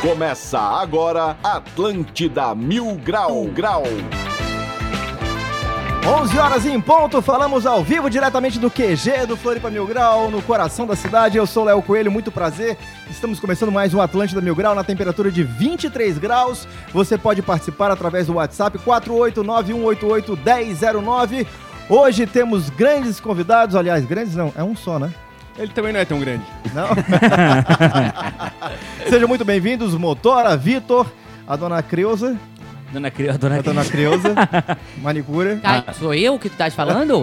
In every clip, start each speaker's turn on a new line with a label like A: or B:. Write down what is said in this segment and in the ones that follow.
A: Começa agora Atlântida Mil Grau Grau.
B: 11 horas em ponto, falamos ao vivo diretamente do QG do Floripa Mil Grau, no coração da cidade. Eu sou Léo Coelho, muito prazer. Estamos começando mais um Atlântida Mil Grau na temperatura de 23 graus. Você pode participar através do WhatsApp 489-188-1009. Hoje temos grandes convidados, aliás, grandes não, é um só, né?
C: Ele também não é tão grande.
B: Não? Sejam muito bem-vindos, Motora, Vitor, a dona Creuza,
D: Dona Creuza. Dona
B: a dona Creuza, manicura.
E: Tá, sou eu que tu tá te falando?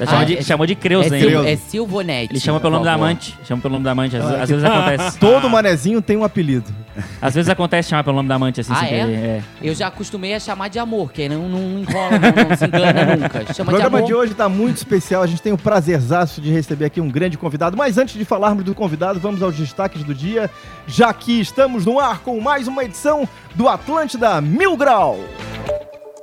D: Já chamou, de,
E: é-
D: chamou de
E: é, Tá
D: Creuza, hein?
E: Sil, é Silvonete.
D: Ele chama pelo nome
E: por
D: da
E: favor.
D: amante. Chama pelo nome da amante. Às,
E: Ah.
D: às vezes acontece.
B: Todo manezinho tem um apelido.
D: Às vezes acontece chamar pelo nome da amante, assim,
E: Ah,
D: sem
E: é?
D: querer, é?
E: Eu já acostumei a chamar de amor, que não, não enrola, não, não se engana nunca.
B: O
E: Chama de
B: programa
E: amor.
B: de hoje está muito especial. A gente tem o prazerzaço de receber aqui um grande convidado. Mas antes de falarmos do convidado, vamos aos destaques do dia, já que estamos no ar com mais uma edição do Atlântida Mil Grau.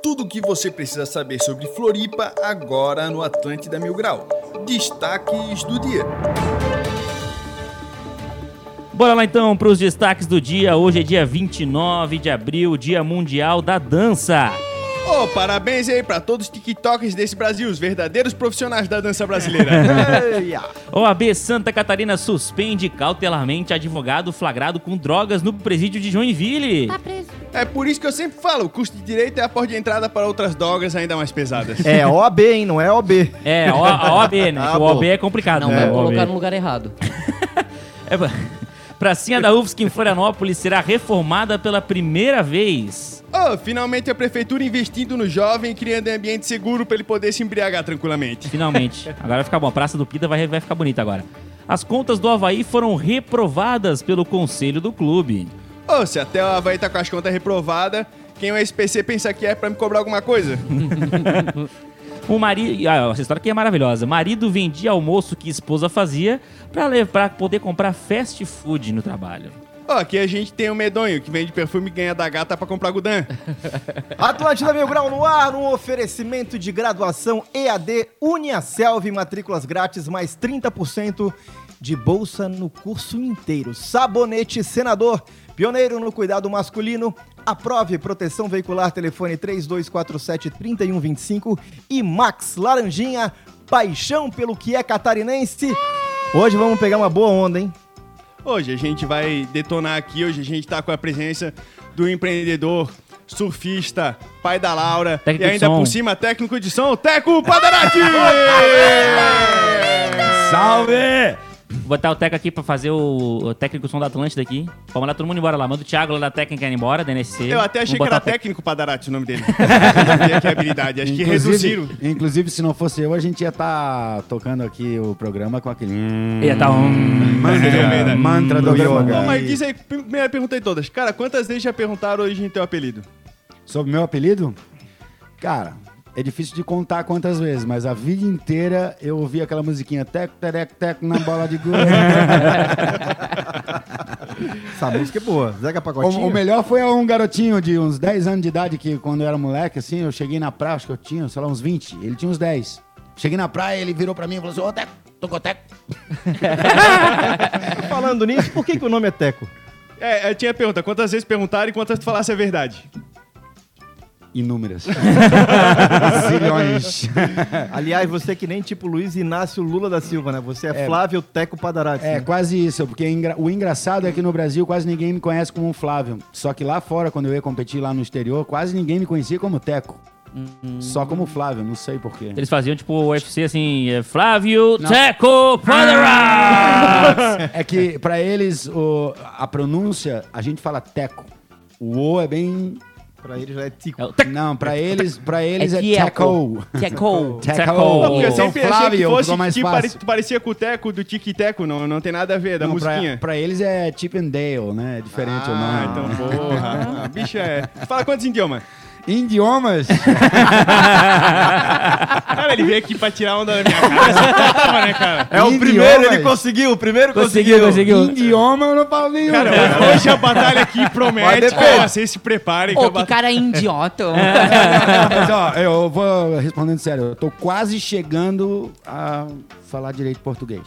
C: Tudo o que você precisa saber sobre Floripa agora no Atlântida Mil Grau. Destaques do dia.
D: Bora lá então para os destaques do dia. Hoje é dia 29 de abril, Dia Mundial da Dança.
C: Oh, parabéns aí pra todos os TikTokers desse Brasil, os verdadeiros profissionais da dança brasileira.
B: Eia.
D: OAB Santa Catarina suspende cautelarmente advogado flagrado com drogas no presídio de Joinville.
E: Tá
C: é por isso que eu sempre falo, o custo de direito é a porta de entrada para outras drogas ainda mais pesadas.
B: É OAB, hein? Não é OB.
D: É, o- a OAB, né?
B: Ah,
D: Que o
B: bom.
D: OAB é complicado,
E: Não,
D: né?
E: vai
D: O OAB.
E: colocar no lugar errado.
D: É, pra- Pracinha da UFSC em Florianópolis será reformada pela primeira vez.
C: Oh, finalmente a prefeitura investindo no jovem, e criando um ambiente seguro pra ele poder se embriagar tranquilamente.
D: Finalmente. Agora vai ficar bom. A Praça do Pita vai, vai ficar bonita agora. As contas do Havaí foram reprovadas pelo conselho do clube.
C: Oh, se até o Havaí tá com as contas reprovadas, quem é o SPC pensa que é pra me cobrar alguma coisa?
D: O marido. Ah, essa história aqui é maravilhosa. Marido vendia almoço que esposa fazia pra levar, pra poder comprar fast food no trabalho.
C: Ó, aqui a gente tem o medonho que vende perfume e ganha da gata pra comprar gudan.
B: Atlântida Mil Grau no ar, um oferecimento de graduação EAD Uniaselv, matrículas grátis, mais 30% de bolsa no curso inteiro. Sabonete Senador, pioneiro no cuidado masculino. Aprove Proteção Veicular, telefone 3247-3125 e Max Laranjinha, paixão pelo que é catarinense. Hoje vamos pegar uma boa onda, hein?
C: Hoje a gente vai detonar aqui, hoje a gente tá com a presença do empreendedor, surfista, pai da Laura
D: Técnico
C: e
D: de
C: ainda
D: som.
C: por cima técnico de som, Teco Padarati!
F: Salve!
D: Vou botar o Teco aqui pra fazer o, o técnico som da Atlântida aqui. Vou mandar todo mundo embora lá. Manda o Thiago lá da técnica ir embora, da NSC.
C: Eu até achei
D: Vamos
C: que
D: botar
C: era
D: o Teco-
C: técnico Padarati o nome dele. Não sabia que habilidade, acho que reduziram.
F: inclusive, se não fosse eu, a gente ia estar tocando aqui o programa com aquele
D: Ia tá um.
F: mantra, mantra do
C: Bom,
D: é.
F: yoga.
C: mas diz aí, primeira pergunta de todas. Cara, quantas vezes já perguntaram hoje em teu apelido?
F: Sobre meu apelido? Cara, é difícil de contar quantas vezes, mas a vida inteira eu ouvi aquela musiquinha teco, tereco, teco na bola de gude.
B: Essa música é boa. Zeca
F: O,
B: Pacotinho.
F: o melhor foi um garotinho de uns 10 anos de idade que, quando eu era moleque, assim, eu cheguei na praia, acho que eu tinha, sei lá, uns 20. Ele tinha uns 10. Cheguei na praia, ele virou pra mim e falou assim: Ô, Teco, tocoteco.
B: Falando nisso, por que, que o nome é Teco?
C: É, eu tinha a pergunta, quantas vezes perguntaram e quantas tu falasse a verdade?
F: Inúmeras. Zilhões.
B: Aliás, você é que nem tipo Luiz Inácio Lula da Silva, né? Você é, Flávio Teco Padarati.
F: É,
B: né?
F: quase isso, porque engra- o engraçado é que no Brasil quase ninguém me conhece como um Flávio. Só que lá fora, quando eu ia competir lá no exterior, quase ninguém me conhecia como Teco. Só como Flávio, não sei porquê.
D: Eles faziam tipo o UFC assim, é, Flávio Teco Panera!
F: É que pra eles o- a pronúncia, a gente fala Teco. O O é bem.
B: Pra ele já é Tico.
D: É o Teco.
F: Não, pra eles, pra eles é,
E: Tieco.
F: Teco.
E: Tieco.
D: Teco.
C: Não, porque eu
D: Então,
C: sempre achei que
F: Flávio,
C: fosse tipo
F: ficou mais
C: que
F: fácil.
C: pare- parecia com o Teco do Tic Teco, não, não tem nada a ver, da
F: Não, pra,
C: musiquinha.
F: pra eles é Chip and Dale, né? É diferente ou
C: Ah,
F: não.
C: então porra. Bicho é. Tu Fala quantos idiomas?
F: Em idiomas,
C: Cara, ele veio aqui pra tirar onda da minha cara. Você tava, né, cara?
B: É o
F: Idiomas.
B: primeiro, ele conseguiu, o primeiro conseguiu.
D: Conseguiu,
F: em
D: conseguiu.
F: idioma eu não falo nenhum.
C: Cara, hoje- hoje a batalha aqui
B: Mas
C: promete.
B: depende.
C: Ó, vocês se preparem.
E: Ô,
C: a
E: que
C: bat-
E: cara idiota.
F: Mas ó, eu vou respondendo sério, eu tô quase chegando a falar direito português.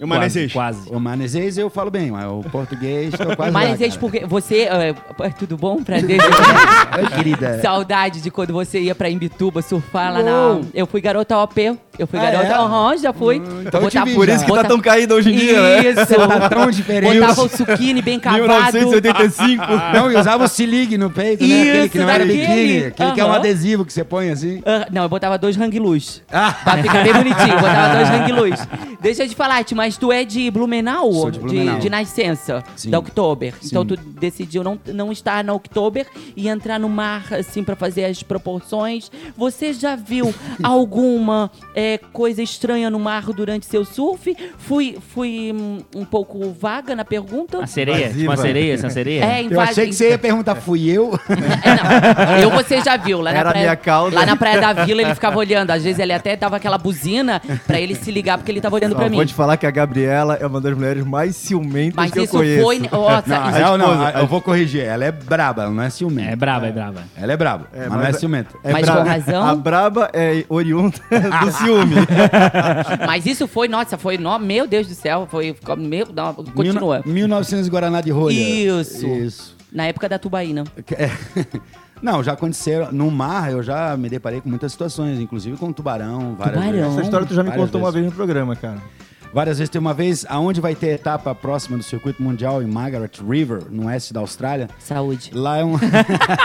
C: Eu manejei.
D: Quase.
F: O manezês eu falo bem, mas o português tô quase
E: Mas
F: lá,
E: gente,
F: cara.
E: porque você. ah, tudo bom? Prazer.
F: Oi, querida.
E: Saudade de quando você ia pra Imbituba surfar lá
F: Uou.
E: na. Eu fui garota OP. Eu fui
F: Ah,
E: garota.
F: é?
E: Aham, já fui.
F: então eu te vi
B: Por
F: já.
B: isso que tá tão caído hoje em dia, né?
E: Isso.
F: Tá tão diferente.
E: Botava o suquine bem cavado.
B: 1985.
F: Não, e usava o siligue no peito, né? Aquele que
E: Isso,
F: não era
E: daquele.
F: biquíni, aquele que é um
E: Aham.
F: adesivo que você põe assim.
E: Ah, não, eu botava dois hang luz.
F: Tá,
E: Pra ficar bem bonitinho, botava dois hang luz. Deixa eu te falar, Ti, mas tu é de Blumenau?
F: Sou de Blumenau.
E: de nascença,
F: Sim.
E: da Oktober. Então
F: Sim.
E: tu decidiu não, não estar na Oktober e entrar no mar, assim, pra fazer as proporções. Você já viu alguma eh, coisa estranha no mar durante seu surf? Fui, fui hum, um pouco vaga na pergunta.
D: A sereia, tipo uma
B: Invasiva.
D: sereia, assim, uma sereia.
E: É,
F: Assim, Eu achei que você ia perguntar, fui eu?
E: é, não. Eu você já viu. Lá
B: Era
E: na
B: a
E: praia,
B: minha cauda.
E: Lá na Praia da Vila ele ficava olhando. Às vezes ele até dava aquela buzina pra ele se ligar, porque ele tava olhando pra
B: Ó,
E: mim.
B: Vou te falar que a Gabriela é uma das mulheres mais ciumentas
E: Mas
B: que eu
E: isso
B: conheço.
E: foi. Nossa,
F: Não,
E: isso-
F: real Ah, não,
B: esposa.
F: eu vou corrigir. Ela é braba, ela não é ciumenta.
D: É braba, é braba.
F: Ela é braba, mas, não é
B: mas-
F: ciumenta.
B: É
E: Mas
B: bra-
E: com razão.
B: A braba é oriunda do ciúme.
E: mas isso foi, nossa, foi. no- meu Deus do céu, foi. ficou- Meu, não, continua.
F: Mil- 1900 Guaraná de rolha.
E: Isso.
F: Isso.
E: Na época da Tubaína.
F: É. Não, já aconteceram. No mar, eu já me deparei com muitas situações, inclusive com tubarão, várias
E: Tubarão?
F: vezes.
B: Essa história tu já me
F: Várias
B: contou uma vez no programa, cara.
F: Várias vezes. Tem uma vez, aonde vai ter etapa próxima do circuito mundial em Margaret River, no oeste da Austrália.
E: Saúde.
F: Lá é um,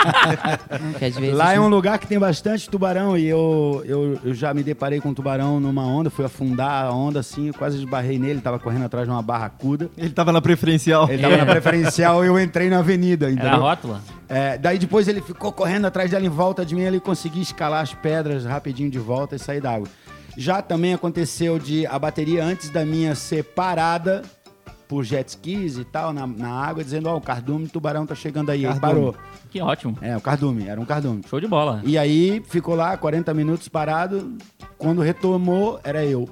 E: Não, que às vezes.
F: lá é um lugar que tem bastante tubarão e eu, eu, eu já me deparei com um tubarão numa onda, fui afundar a onda assim, eu quase esbarrei nele, tava correndo atrás de uma barracuda.
B: Ele tava na preferencial.
F: Ele tava na preferencial e eu entrei na avenida,
D: Era a
F: entendeu?
D: rótula?
F: É, daí depois ele ficou correndo atrás dela em volta de mim, ele consegui escalar as pedras rapidinho de volta e sair d'água. Já também aconteceu de a bateria antes da minha ser parada por jet skis e tal na, na água, dizendo, ó, o cardume, tubarão tá chegando aí. Ele
B: Cardume.
F: parou.
D: Que ótimo.
F: É, o cardume, era um cardume.
D: Show de bola.
F: E aí ficou lá 40 minutos parado, quando retomou, era eu.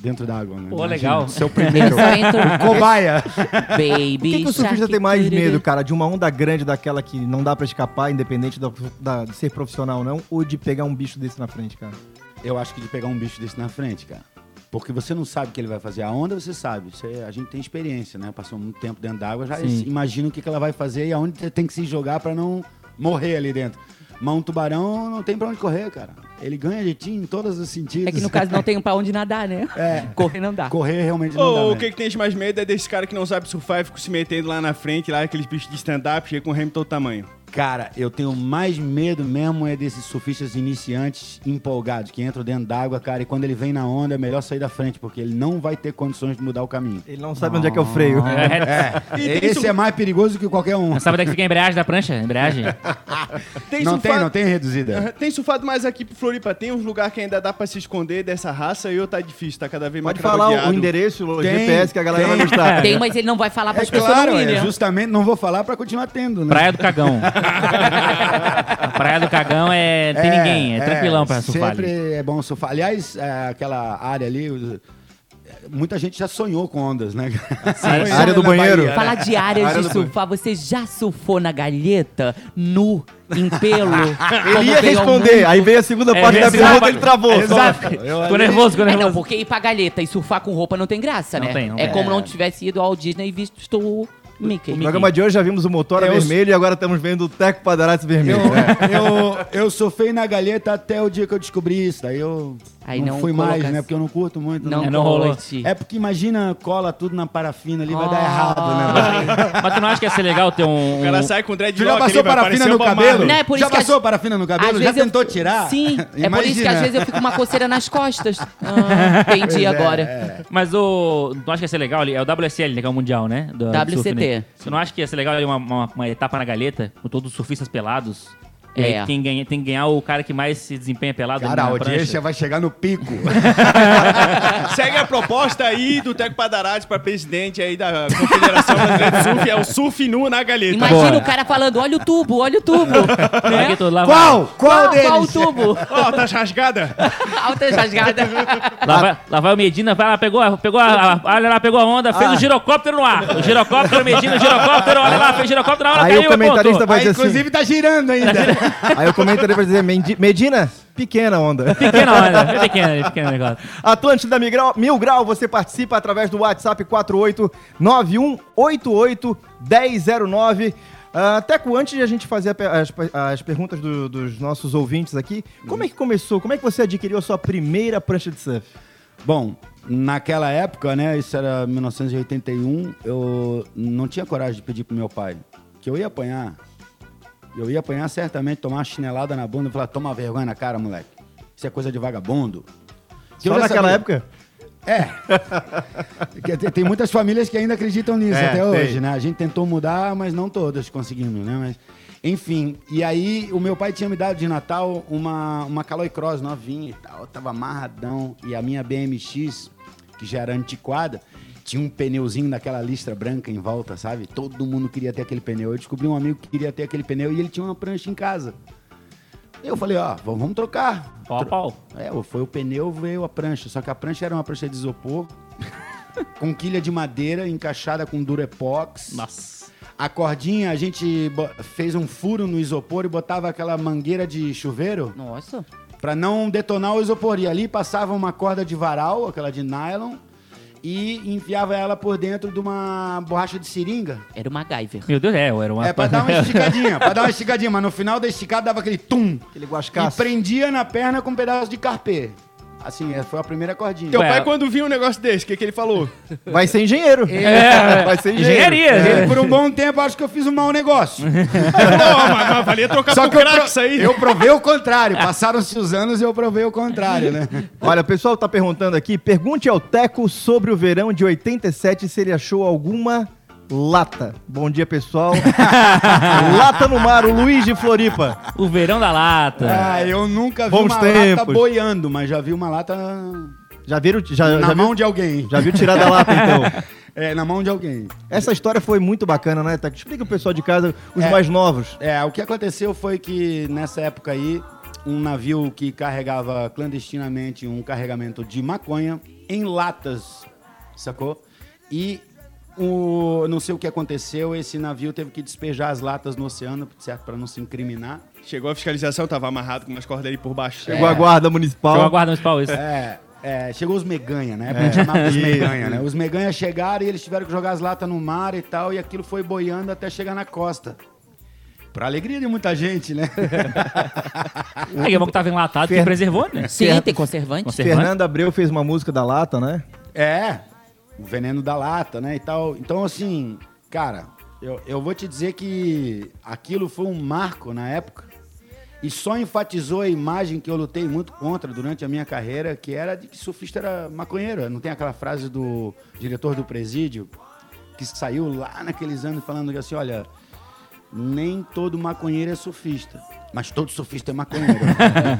F: Dentro d'água, né?
D: Pô,
F: Imagina,
D: legal.
F: Seu
E: Eu
F: primeiro.
E: só entro.
F: Cobaia.
E: Baby.
B: Por que, que o surfista
E: shark,
B: tem mais
E: tururu.
B: medo, cara, de uma onda grande daquela que não dá pra escapar, independente da- da- de ser profissional ou não, ou de pegar um bicho desse na frente, cara?
F: Eu acho que de pegar um bicho desse na frente, cara. Porque você não sabe o que ele vai fazer. A onda você sabe. Você- a gente tem experiência, né? Passou muito tempo dentro d'água, já
D: Sim.
F: imagina o que, que ela vai fazer e aonde você tem que se jogar pra não morrer ali dentro. Mas um tubarão não tem pra onde correr, cara. Ele ganha de ti em todos os sentidos.
E: É que no caso não tem pra onde nadar, né?
F: É.
E: Correr não dá.
F: Correr realmente não dá.
C: Ou
F: né?
C: o que, que tem de mais medo é desse cara que não sabe surfar e fica se metendo lá na frente, lá aqueles bichos de stand-up, chega com o remo todo tamanho.
F: Cara, eu tenho mais medo mesmo é desses surfistas iniciantes empolgados, que entram dentro d'água, cara, e quando ele vem na onda é melhor sair da frente, porque ele não vai ter condições de mudar o caminho.
B: Ele não sabe onde é que é o freio.
D: É.
F: É,
C: E tem
F: esse
C: su-
F: é mais perigoso que qualquer um.
D: Não sabe onde é que fica a embreagem da prancha? Embreagem?
C: Tem
F: não
D: um
C: surfado-
F: tem, não tem reduzida.
C: Aham, Tem surfado mais aqui pro Floripa. Tem uns lugares que ainda dá pra se esconder dessa raça e eu tá difícil, tá cada vez mais
B: Pode falar o- o
C: crabaldeado.
B: endereço, o
F: Tem,
B: GPS que a galera
F: tem.
B: vai gostar.
E: Tem, mas ele não vai falar pra
F: É
E: as pessoas
F: claro,
E: não irem.
F: é,
E: né?
F: justamente não vou falar pra continuar tendo, né?
D: Praia do Cagão. a Praia do Cagão é. Não tem
F: É,
D: ninguém, é, tranquilão pra surfar. ali.
F: Sempre é bom surfar. Aliás, é, aquela área ali, os- muita gente já sonhou com ondas, né? Sonhou
B: área do
F: na
B: banheiro.
F: Bahia, né?
E: Falar de áreas
B: Área
E: de
B: do-
E: surfar, você já surfou na galheta, nu, em pelo?
B: Ele
E: Como
B: ia
E: veio ao
B: responder,
E: mundo?
B: aí veio a segunda
D: É,
B: parte
D: veio
B: da
D: a segunda
B: pergunta,
D: parte.
B: ele travou.
D: Exato. Ficou nervoso, ficou
E: É, não,
D: nervoso.
E: porque ir pra galheta e surfar com roupa não tem graça,
D: Não
E: né?
D: tem, não
E: é
D: tem.
E: como não tivesse ido ao Disney e visto o Mickey.
B: No programa de hoje já vimos o Motora Vermelho e agora estamos vendo o Teco Padarati Vermelho. É.
F: Eu, eu surfei na galheta até o dia que eu descobri isso. Daí eu
E: Aí
F: não,
E: não
F: fui mais,
E: coloca-
F: né? Porque eu não curto muito.
E: Não,
D: É,
E: não
D: não rolou.
E: rolou.
F: É porque imagina, cola tudo na parafina ali, vai
E: Ah.
F: dar errado, né?
D: Mas tu não acha que ia ser legal ter um.
C: O cara
D: um-
C: sai com
F: Tu
C: dreadlock,
F: já passou
C: ele vai
F: parafina
C: parecer
F: no
C: o Bob
F: cabelo?
C: Marley.
E: Não, é por
F: já
E: isso que
F: passou
E: às-
F: parafina no cabelo? Já tentou tirar?
E: Sim, é por isso que
F: Imagina. é.
E: às vezes eu fico com uma coceira nas costas. Ah, entendi agora.
D: Mas o. Tu não acha que ia ser legal ali? É o WSL, né? Que é o Mundial, né? Do, do
E: WCT.
D: surf, né? Tu não acha que ia ser legal ali uma, uma, uma etapa na galeta, com todos os surfistas pelados? E aí
E: É.
D: quem ganha, tem que ganhar o cara que mais se desempenha pelado
F: Cara, a
D: na prancha.
F: audiência é vai chegar no pico.
C: Segue a proposta aí do Teco Padarati pra presidente aí da Confederação Brasileira de Surf, é o surf nu na galeta.
F: Então,
E: Imagina o cara falando, olha o tubo, olha o tubo.
D: Vai que tu lá vai-
F: Qual? Qual deles?
E: Qual o tubo?
C: Ó, tá rasgada?
E: Alta rasgada.
D: Lá vai, lá vai o Medina, vai lá, pegou, a- pegou a, a- olha lá, pegou a onda, fez
F: Ah.
D: o girocóptero no ar. O girocóptero, Medina, o girocóptero, olha lá, fez o girocóptero na hora,
B: Aí
D: caiu
B: o
D: e apontou.
B: comentarista vai
F: Aí,
B: dizer assim.
F: inclusive, tá girando ainda.
B: Aí o comentarista vai dizer, "Mendi- Medina, Pequena onda.
D: Pequena onda, é pequena, é pequeno negócio.
B: Atlântida Mil Grau, Mil Grau, você participa através do WhatsApp 4891881009. Ah, Teco, antes de a gente fazer a pe- as, pe- as perguntas do- dos nossos ouvintes aqui, como é que começou? Como é que você adquiriu a sua primeira prancha de surf?
F: Bom, naquela época, né? Isso era 1981. Eu não tinha coragem de pedir pro meu pai que eu ia apanhar. Eu ia apanhar certamente, tomar uma chinelada na bunda e falar: toma vergonha na cara, moleque. Isso é coisa de vagabundo. Que eu
B: Só
F: já
B: naquela
F: sabia.
B: época?
F: É. Que tem- tem muitas famílias que ainda acreditam nisso
B: É,
F: até
B: tem.
F: hoje, né? A gente tentou mudar, mas não todas conseguimos, né? Mas, enfim, e aí o meu pai tinha me dado de Natal uma, uma Caloi Cross novinha e tal, eu tava amarradão. E a minha BMX, que já era antiquada, tinha um pneuzinho daquela listra branca em volta, sabe? Todo mundo queria ter aquele pneu. Eu descobri um amigo que queria ter aquele pneu e ele tinha uma prancha em casa. Eu falei, ó, vamos vamos trocar.
D: Pau a pau.
F: É, foi o pneu, veio a prancha. Só que a prancha era uma prancha de isopor, com quilha de madeira, encaixada com durepox.
D: Nossa.
F: A cordinha, a gente bo- fez um furo no isopor e botava aquela mangueira de chuveiro
E: Nossa.
F: pra não detonar o isopor. E ali passava uma corda de varal, aquela de nylon, e enfiava ela por dentro de uma borracha de seringa.
E: Era o MacGyver.
D: Meu Deus, é, eu era uma.
F: É, pra dar uma esticadinha, pra dar uma esticadinha. Mas no final da esticada dava aquele tum.
B: Aquele
F: E prendia na perna com um pedaço de carpê. Assim, é, foi a primeira cordinha.
C: Teu
D: Ué.
C: pai, quando viu um negócio desse, o que, que ele falou?
B: Vai ser engenheiro.
D: É,
B: Vai ser engenheiro.
D: engenharia.
F: Ele,
D: gente.
F: por um bom tempo, acho que eu fiz um mau negócio.
C: Não, mas, mas valia trocar
F: Só
C: pro
F: que eu,
C: crack
F: pro-
C: isso aí.
F: eu provei o contrário. Passaram-se os anos e eu provei o contrário, né?
B: Olha, o pessoal tá perguntando aqui, pergunte ao Teco sobre o verão de 87 se ele achou alguma lata. Bom dia, pessoal. lata no mar, o Luiz de Floripa.
D: O verão da lata.
F: Ah, eu nunca vi
B: É. Bons
F: uma lata
B: tempos.
F: boiando, mas já vi uma lata
B: Já viram? Já,
F: na
B: já,
F: mão
B: viu,
F: de alguém.
B: já viu tirar da lata, então.
F: É, na mão de alguém.
B: Essa história foi muito bacana, né, Teco? Explica o pessoal de casa, os
F: É.
B: mais novos.
F: É, o que aconteceu foi que nessa época aí, um navio que carregava clandestinamente um carregamento de maconha em latas, sacou? E o não sei o que aconteceu, esse navio teve que despejar as latas no oceano, certo, para não se incriminar.
C: Chegou a fiscalização, tava amarrado com umas cordas ali por baixo.
B: É. Chegou a guarda
D: Eu
B: municipal.
D: aguardo um pau isso.
F: É, é, chegou os meganha, né? Porque chamava os meganha, né? Os meganha chegaram e eles tiveram que jogar as latas no mar e tal, e aquilo foi boiando até chegar na costa. Pra alegria de muita gente, né?
D: Aí é bom que tava enlatado, que
B: Fer-
D: preservou, né?
E: Sim, tem conservante.
D: Conservante.
B: Fernanda Abreu fez uma música da lata, né?
F: É, o veneno da lata, né, e tal. Então, assim, cara, eu, eu vou te dizer que aquilo foi um marco na época e só enfatizou a imagem que eu lutei muito contra durante a minha carreira, que era de que surfista era maconheiro. Não tem aquela frase do diretor do presídio que saiu lá naqueles anos falando que assim, olha, nem todo maconheiro é surfista, mas todo surfista é maconheiro.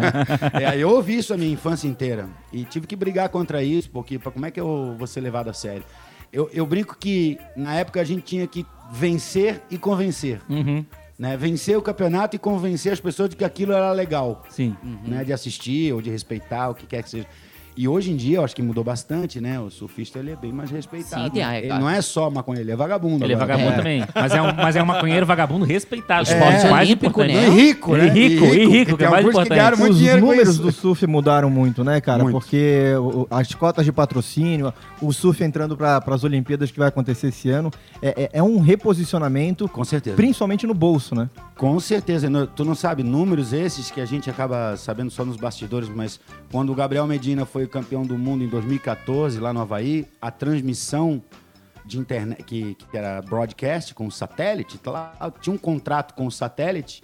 F: É, eu ouvi isso a minha infância inteira e tive que brigar contra isso, porque pra, como é que eu vou ser levado a sério? Eu, eu brinco que na época a gente tinha que vencer e convencer.
D: Uhum.
F: Né? Vencer o campeonato e convencer as pessoas de que aquilo era legal
D: Sim.
F: né, de assistir ou de respeitar, o que quer que seja. E hoje em dia, eu acho que mudou bastante, né? O surfista ele é bem mais respeitado.
E: Sim, tem-
F: né? Ele não é só maconha, ele é vagabundo.
D: Ele é
F: agora.
D: vagabundo também. Mas é, um, mas é um maconheiro vagabundo respeitado.
E: É.
D: Esporte mais
E: Olímpico,
D: importante.
E: né?
F: E rico, né?
D: E rico, e rico, que
F: tem
D: é mais
F: alguns
D: importante.
F: Que ganharam muito
B: Os
F: dinheiro com
B: números
F: isso.
B: do surf mudaram muito, né, cara?
F: Muito.
B: Porque o- as cotas de patrocínio, o surf entrando para as Olimpíadas que vai acontecer esse ano, é, é- é um reposicionamento,
F: Com certeza.
B: principalmente no bolso, né?
F: Com certeza. No- Tu não sabe números esses que a gente acaba sabendo só nos bastidores, mas quando o Gabriel Medina foi campeão do mundo em 2014, lá no Havaí, a transmissão de internet, que, que era broadcast com o satélite, tá lá, tinha um contrato com o satélite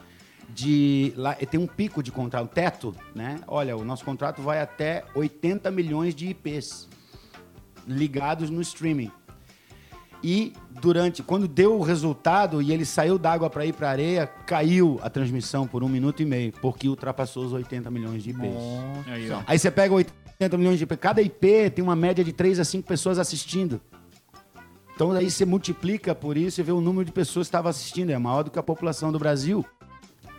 F: de. Lá, e tem um pico de contrato, um teto, né? Olha, o nosso contrato vai até 80 milhões de IPs ligados no streaming. E durante, quando deu o resultado e ele saiu d'água para ir para areia, caiu a transmissão por um minuto e meio, porque ultrapassou os 80 milhões de IPs.
C: Aí, ó.
F: Aí você pega 80 milhões de IP, cada IP tem uma média de 3 a 5 pessoas assistindo. Então daí você multiplica por isso e vê o número de pessoas que estavam assistindo, é maior do que a população do Brasil.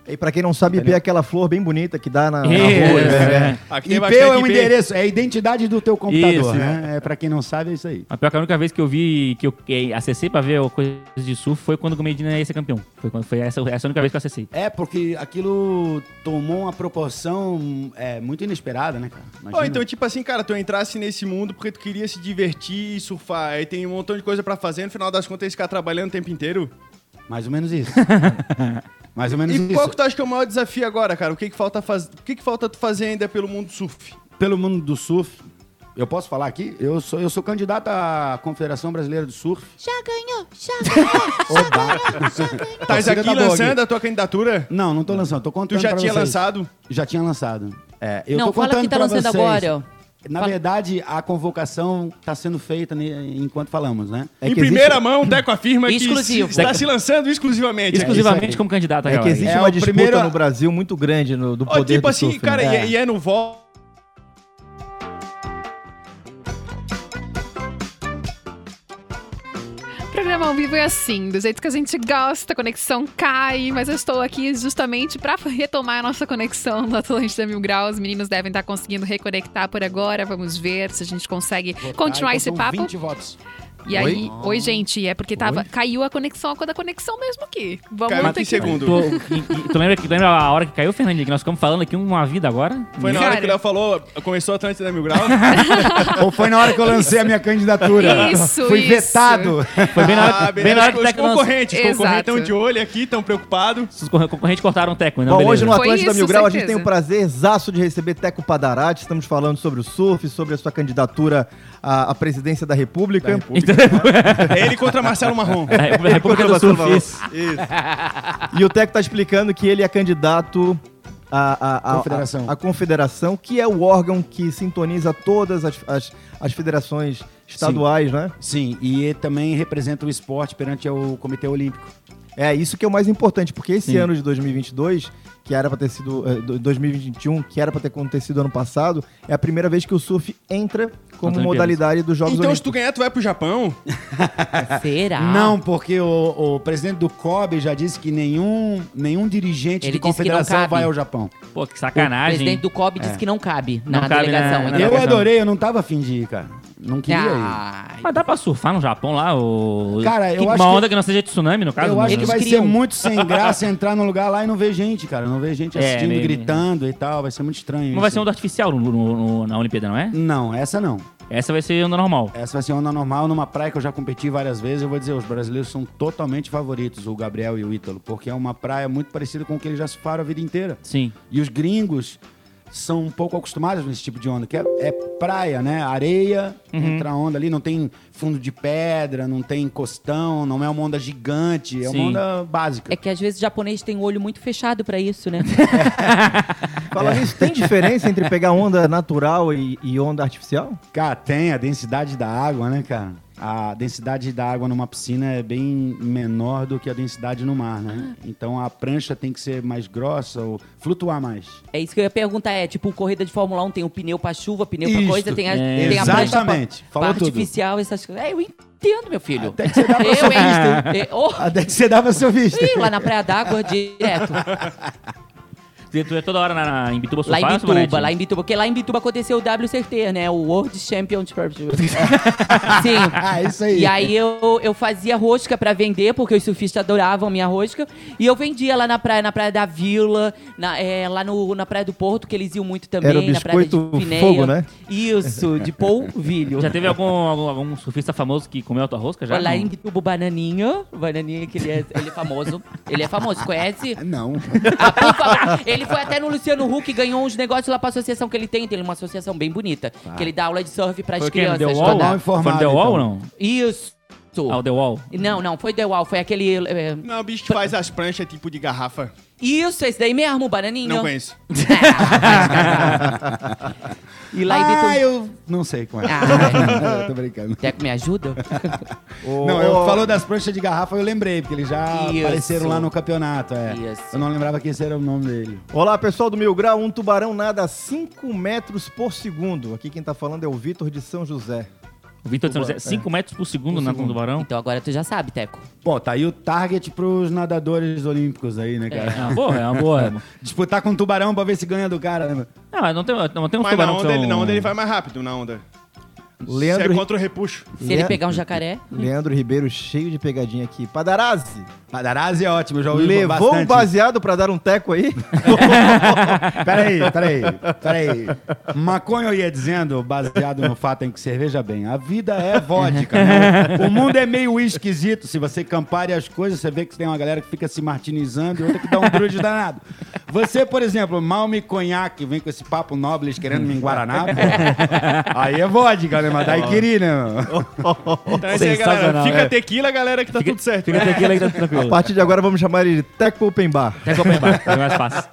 B: E pra quem não sabe, IP é aquela flor bem bonita que dá na, na
D: Isso,
B: rua. né?
D: é.
C: Aqui tem
F: IP
C: bastante
F: é o
C: IP.
F: endereço, é a identidade do teu computador,
D: Isso.
F: né? É, pra quem não sabe, é isso aí.
D: A pior que a única vez que eu vi, que eu que acessei pra ver coisas de surf foi quando o Medina ia ser campeão. Foi, quando, foi essa, essa a única vez que eu acessei.
F: É, porque aquilo tomou uma proporção é, muito inesperada, né, cara? Imagina.
C: Ou então, tipo assim, cara, tu entrasse nesse mundo porque tu queria se divertir e surfar. Aí tem um montão de coisa pra fazer, no final das contas, eles ficar trabalhando o tempo inteiro.
F: Mais ou menos isso. Mais ou menos
C: E
F: isso.
C: qual que tu acha que é o maior desafio agora, cara? O que que falta faz... O que que falta tu fazer ainda pelo mundo surf?
F: Pelo mundo do surf, eu posso falar aqui? Eu sou, eu sou candidato à Confederação Brasileira do Surf.
G: Já ganhou, já ganhou,
C: Tá
F: Torcida
C: aqui
F: da Vogue.
C: lançando a tua candidatura?
F: Não, não tô lançando, tô
C: Tu
F: contando
C: já
F: pra
C: tinha
F: vocês.
C: lançado?
F: Já tinha lançado. É, eu
E: Não,
F: tô
E: fala
F: contando
E: que tá
F: pra
E: lançando
F: vocês.
E: agora. ó.
F: Na
E: Fala-
F: verdade, a convocação está sendo feita ne- enquanto falamos, né?
B: É
C: em
B: que existe-
C: primeira mão, o Deco afirma
E: Exclusivo.
C: que está se lançando exclusivamente.
D: Exclusivamente como candidato
B: É que
D: agora. né?
B: existe
F: É
B: uma
F: o
B: disputa
F: primeiro-
B: no Brasil muito grande no, do
C: Ó,
B: poder
C: tipo
B: do
C: assim,
B: surf,
C: cara,
B: né?
C: e é- e é no vol.
H: O programa ao vivo é assim, do jeito que a gente gosta, a conexão cai, mas eu estou aqui justamente para retomar a nossa conexão do Atlântida Mil Graus. Os meninos devem estar conseguindo reconectar por agora, vamos ver se a gente consegue continuar
F: Então,
H: esse
A: um
F: são
H: papo.
F: 20 votos.
H: E aí, oi, gente, é porque tava, caiu a conexão, a cor da conexão mesmo aqui. Vamos
C: Caiu
H: ter
C: em
H: que...
C: segundo.
D: Tu, e- e- tu lembra, que- tu lembra a hora que caiu, Fernandinho? Que nós ficamos falando aqui uma vida agora?
C: Foi na hora
H: Cara.
C: que o Léo falou, começou a Atlântida Mil Grau.
F: Ou foi na hora que eu lancei a minha candidatura?
H: Isso,
F: Fui
H: isso.
F: vetado.
D: Foi bem na hora,
C: Ah,
D: bem na hora que o
C: os
D: Teco lançou.
C: concorrentes, os concorrentes
H: Exato.
C: estão de olho aqui, estão preocupados.
D: Os corre- concorrentes cortaram o Teco. né? Não,
B: Bom, hoje no
H: Foi
B: Atlântida
H: isso,
B: Mil Grau, a gente
H: certeza.
B: tem o prazerzaço de receber Teco Padarati. Estamos falando sobre o surf, sobre a sua candidatura à, à presidência da República.
C: É ele contra Marcelo Marrom.
D: A República- a é, República do Sul fez.
B: E o Teco tá explicando que ele é candidato à, à- à-
F: Confederação.
B: à- à Confederação, que é o órgão que sintoniza todas as, as, as federações estaduais, né?
F: Sim, e ele também representa o esporte perante o Comitê Olímpico.
B: É, isso que é o mais importante, porque esse ano de 2022, que era pra ter sido. eh, do- 2021, que era pra ter acontecido ano passado, é a primeira vez que o surf entra como
D: Nas Olimpíadas.
B: modalidade dos Jogos
C: Então, se
B: Olímpicos.
C: tu ganhar, tu vai pro Japão.
E: Será?
F: Não, porque o, o presidente do COB já disse que nenhum, nenhum dirigente
E: Ele disse que
F: de
E: não
F: confederação
E: cabe.
F: vai ao Japão.
D: Pô, que
E: O
D: sacanagem.
E: presidente do COB
F: É.
E: disse que não cabe
D: Não
E: na
D: cabe na-
E: delegação. então.
D: na-
E: hein?
F: eu
D: não.
F: adorei, eu não tava afim de ir, cara. Não queria ir.
E: Ah,
D: Mas dá pra surfar no Japão lá? O...
F: Cara, eu
D: que,
F: acho
D: Uma
F: que-
D: onda que... não seja tsunami, no caso.
F: Eu
D: Tá, não-
F: acho que
E: eles
F: vai ser
E: criam.
F: muito sem graça entrar num lugar lá e não ver gente, cara. Não ver gente
D: É,
F: assistindo,
D: meio-
F: gritando e tal. Vai ser muito estranho.
D: Não vai
F: isso.
D: ser onda artificial no- no- no- na Olimpíada, não é?
F: Não, essa não.
D: Essa vai ser onda normal.
F: Essa vai ser onda normal numa praia que eu já competi várias vezes. Eu vou dizer, os brasileiros são totalmente favoritos, o Gabriel e o Ítalo, porque é uma praia muito parecida com o que eles já surfaram a vida inteira.
D: Sim.
F: E os gringos são um pouco acostumados nesse tipo de onda, que é, é praia, né? Areia,
E: Uhum.
F: entra a onda ali, não tem fundo de pedra, não tem costão, não é uma onda gigante, é uma
D: Sim.
F: onda básica.
E: É que às vezes o japonês tem o olho muito fechado pra isso, né?
B: Fala nisso, tem diferença entre pegar onda natural e, e onda artificial?
F: Cara, tem a densidade da água, né, cara? A densidade da água numa piscina é bem menor do que a densidade no mar, né?
E: Ah.
F: Então a prancha tem que ser mais grossa ou flutuar mais.
E: É isso que eu ia perguntar, é tipo, corrida de Fórmula 1 tem o pneu pra chuva, pneu pra
F: Isto.
E: coisa, tem a,
F: É.
E: tem a prancha pra-
F: Exatamente. Falou
E: pra
F: tudo.
E: artificial, essas coisas. É, eu entendo, meu filho.
F: Até que você dá pra
E: eu,
F: surfista,
E: hein? É, oh,
F: Até que você dava seu visto.
E: ih, lá na Praia d'Água, direto.
D: Tu tu é toda hora na, na, em Bituba
E: Lá
D: surfar?
E: em Bituba,
D: Simonetti?
E: lá em Bituba. Porque lá em Bituba aconteceu o WCT, né? O World Championship. Sim.
F: Ah, isso aí.
E: E aí eu, eu fazia rosca pra vender, porque os surfistas adoravam minha rosca. E eu vendia lá na praia, na praia da Vila, na, é, lá no, na praia do Porto, que eles iam muito também,
B: Era o
E: na praia de
B: biscoito
E: Finéia.
B: fogo, né?
E: Isso, de polvilho.
D: Já teve algum, algum, algum surfista famoso que comeu a tua rosca? Já?
E: Olha lá
D: Não?
E: em Bituba, o Bananinha. O Bananinha, que ele é, ele é famoso. Ele é famoso, conhece?
F: Não.
E: Ah, por favor. Ele foi até no Luciano Huck, ganhou uns negócios lá pra associação que ele tem. Tem uma associação bem bonita.
F: Tá.
E: Que ele dá aula de surf pras
D: Foi quem? No
E: crianças.
D: The
E: pra
D: Wall?
E: dar-
F: Mal informado,
D: Foi no The Wall ou
F: então.
D: não?
E: Isso.
D: Ah, o The Wall.
E: Não, não, foi The Wall, foi aquele. é,
C: Não, o bicho que faz as pranchas tipo de garrafa.
E: Isso, esse daí mesmo, o bananinho.
C: Não conheço.
E: e lá em Bituba.
F: Ah, eu não sei como é.
E: Ah.
F: Eu Tô brincando.
E: Teco, me ajuda?
F: Não, eu falou das pranchas de garrafa, eu lembrei, porque eles já
E: Isso.
F: apareceram lá no campeonato, é.
E: Isso.
F: Eu não lembrava que esse era o nome dele.
B: Olá, pessoal do Mil Grau. Um tubarão nada a 5 metros por segundo. Aqui quem tá falando é o Vitor de São José.
D: O Vitor tá dizendo 5 metros por segundo na conta do Barão.
E: Então agora tu já sabe, Teco.
F: Pô, tá aí o target pros nadadores olímpicos aí, né,
D: É
F: cara?
D: uma boa, é uma boa.
F: Disputar com o tubarão pra ver se ganha do cara, né? mano?
D: Não, mas não tem, não tem uns
C: Mas na
D: tubarão que
C: onda,
D: são...
C: ele, na onda ele vai mais rápido, na onda.
B: Leandro,
C: Se é contra o repuxo.
E: Se
B: Leandro-
E: ele pegar um jacaré,
B: Leandro Ribeiro, cheio de pegadinha aqui. Padarazzi,
F: Madarazzi é ótimo, eu já ouvi
B: levou um
F: bastante.
B: baseado pra dar um teco aí?
F: Peraí, peraí, peraí. Maconho ia dizendo, baseado no fato em que cerveja bem, a vida é vodka. né? O mundo é meio esquisito. Se você campare as coisas, você vê que tem uma galera que fica se martinizando e outra que dá um grude danado. Você, por exemplo, mal me conhaque, vem com esse papo nobles querendo me enguaranar. pô. Aí é vodka, né? Mas daí queria, né? mano?
C: Então é isso aí, galera.
D: Sensacional,
C: Fica
D: é.
C: tequila, galera, que tá tudo certo.
D: Fica tranquilo aí, tá
B: A
D: tranquilo.
B: partir de agora vamos chamar ele de Teco Open Bar.
D: Até Copa Embar, é mais fácil.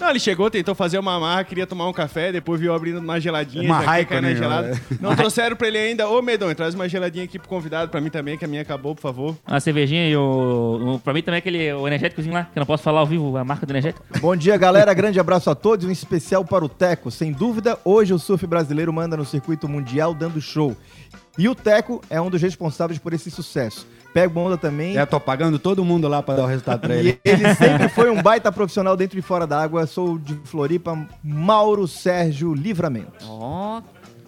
C: Não, ele chegou, tentou fazer uma amarra, queria tomar um café, depois viu abrindo uma geladinha.
F: Uma
C: já quer
F: Raikkonen,
C: cair na é gelada.
F: né?
C: Não trouxeram pra ele ainda. Ô, Medonho, traz uma geladinha aqui pro convidado, pra mim também, que a minha acabou, por favor.
D: A cervejinha e o, o... Pra mim também é aquele o energéticozinho lá, que eu não posso falar ao vivo, a marca do energético.
B: Bom dia, galera. Grande abraço a todos. Um especial para o Teco. Sem dúvida, hoje o surf brasileiro manda no circuito mundial dando show. E o Teco é um dos responsáveis por esse sucesso. Pega onda também.
F: Eu tô pagando todo mundo lá pra dar o resultado pra ele.
B: E ele sempre foi um baita profissional dentro e fora da água. Sou de Floripa, Mauro Sérgio Livramento.
E: ó.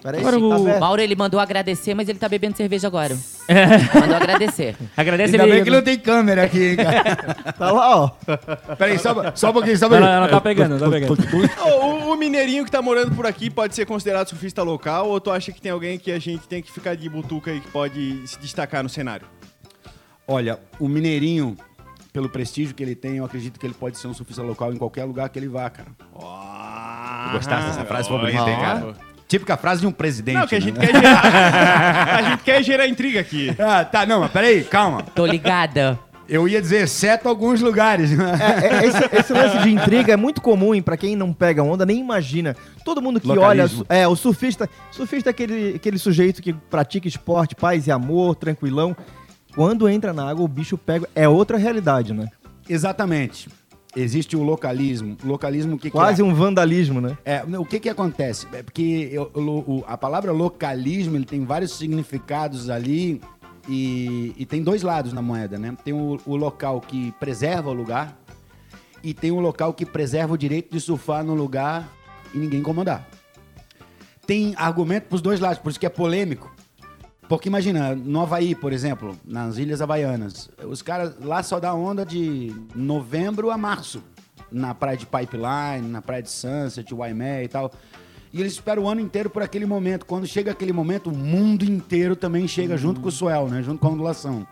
B: Peraí,
D: Agora
B: tá
D: o-
F: É.
B: aberto?
E: Mauro, ele mandou agradecer, mas ele tá bebendo cerveja agora. Mandou agradecer.
D: Agradece
F: Ainda
D: ele.
F: bem que não tem câmera aqui, hein, cara.
B: Tá lá, ó.
F: Peraí, só, só um pouquinho, só um
D: Não,
F: pouquinho.
D: não, não, tá pegando, não tá pegando.
C: Ô, o, o mineirinho que tá morando por aqui pode ser considerado surfista local ou tu acha que tem alguém que a gente tem que ficar de butuca aí que pode se destacar no cenário?
F: Olha, o Mineirinho, pelo prestígio que ele tem, eu acredito que ele pode ser um surfista local em qualquer lugar que ele vá, cara.
C: Ah,
F: Gostasse dessa frase? Foi bonita, hein, cara? Típica frase de um presidente.
C: Não, que a
F: né?
C: gente quer gerar. a gente quer gerar intriga aqui.
F: Ah, tá, não, mas peraí, calma.
E: Tô ligada.
F: Eu ia dizer, exceto alguns lugares, né?
B: É, é, esse, esse lance de intriga é muito comum e pra quem não pega onda nem imagina. Todo mundo que
F: Localismo.
B: olha, é o surfista, surfista é aquele, aquele sujeito que pratica esporte, paz e amor, tranquilão. Quando entra na água, o bicho pega. É outra realidade, né?
F: Exatamente. Existe o localismo. Localismo que que
B: Quase
F: é?
B: um vandalismo, né?
F: É, o que que acontece? É porque eu- o- o- a palavra localismo ele tem vários significados ali e, e tem dois lados na moeda, né? Tem o, o local que preserva o lugar e tem o local que preserva o direito de surfar no lugar e ninguém incomodar. Tem argumento pros dois lados, por isso que é polêmico. Porque imagina, no Havaí, por exemplo, nas Ilhas Havaianas, os caras lá só dá onda de novembro a março. Na praia de Pipeline, na praia de Sunset, Waimé e tal. E eles esperam o ano inteiro por aquele momento. Quando chega aquele momento, o mundo inteiro também chega junto com o swell, né? Junto com a ondulação.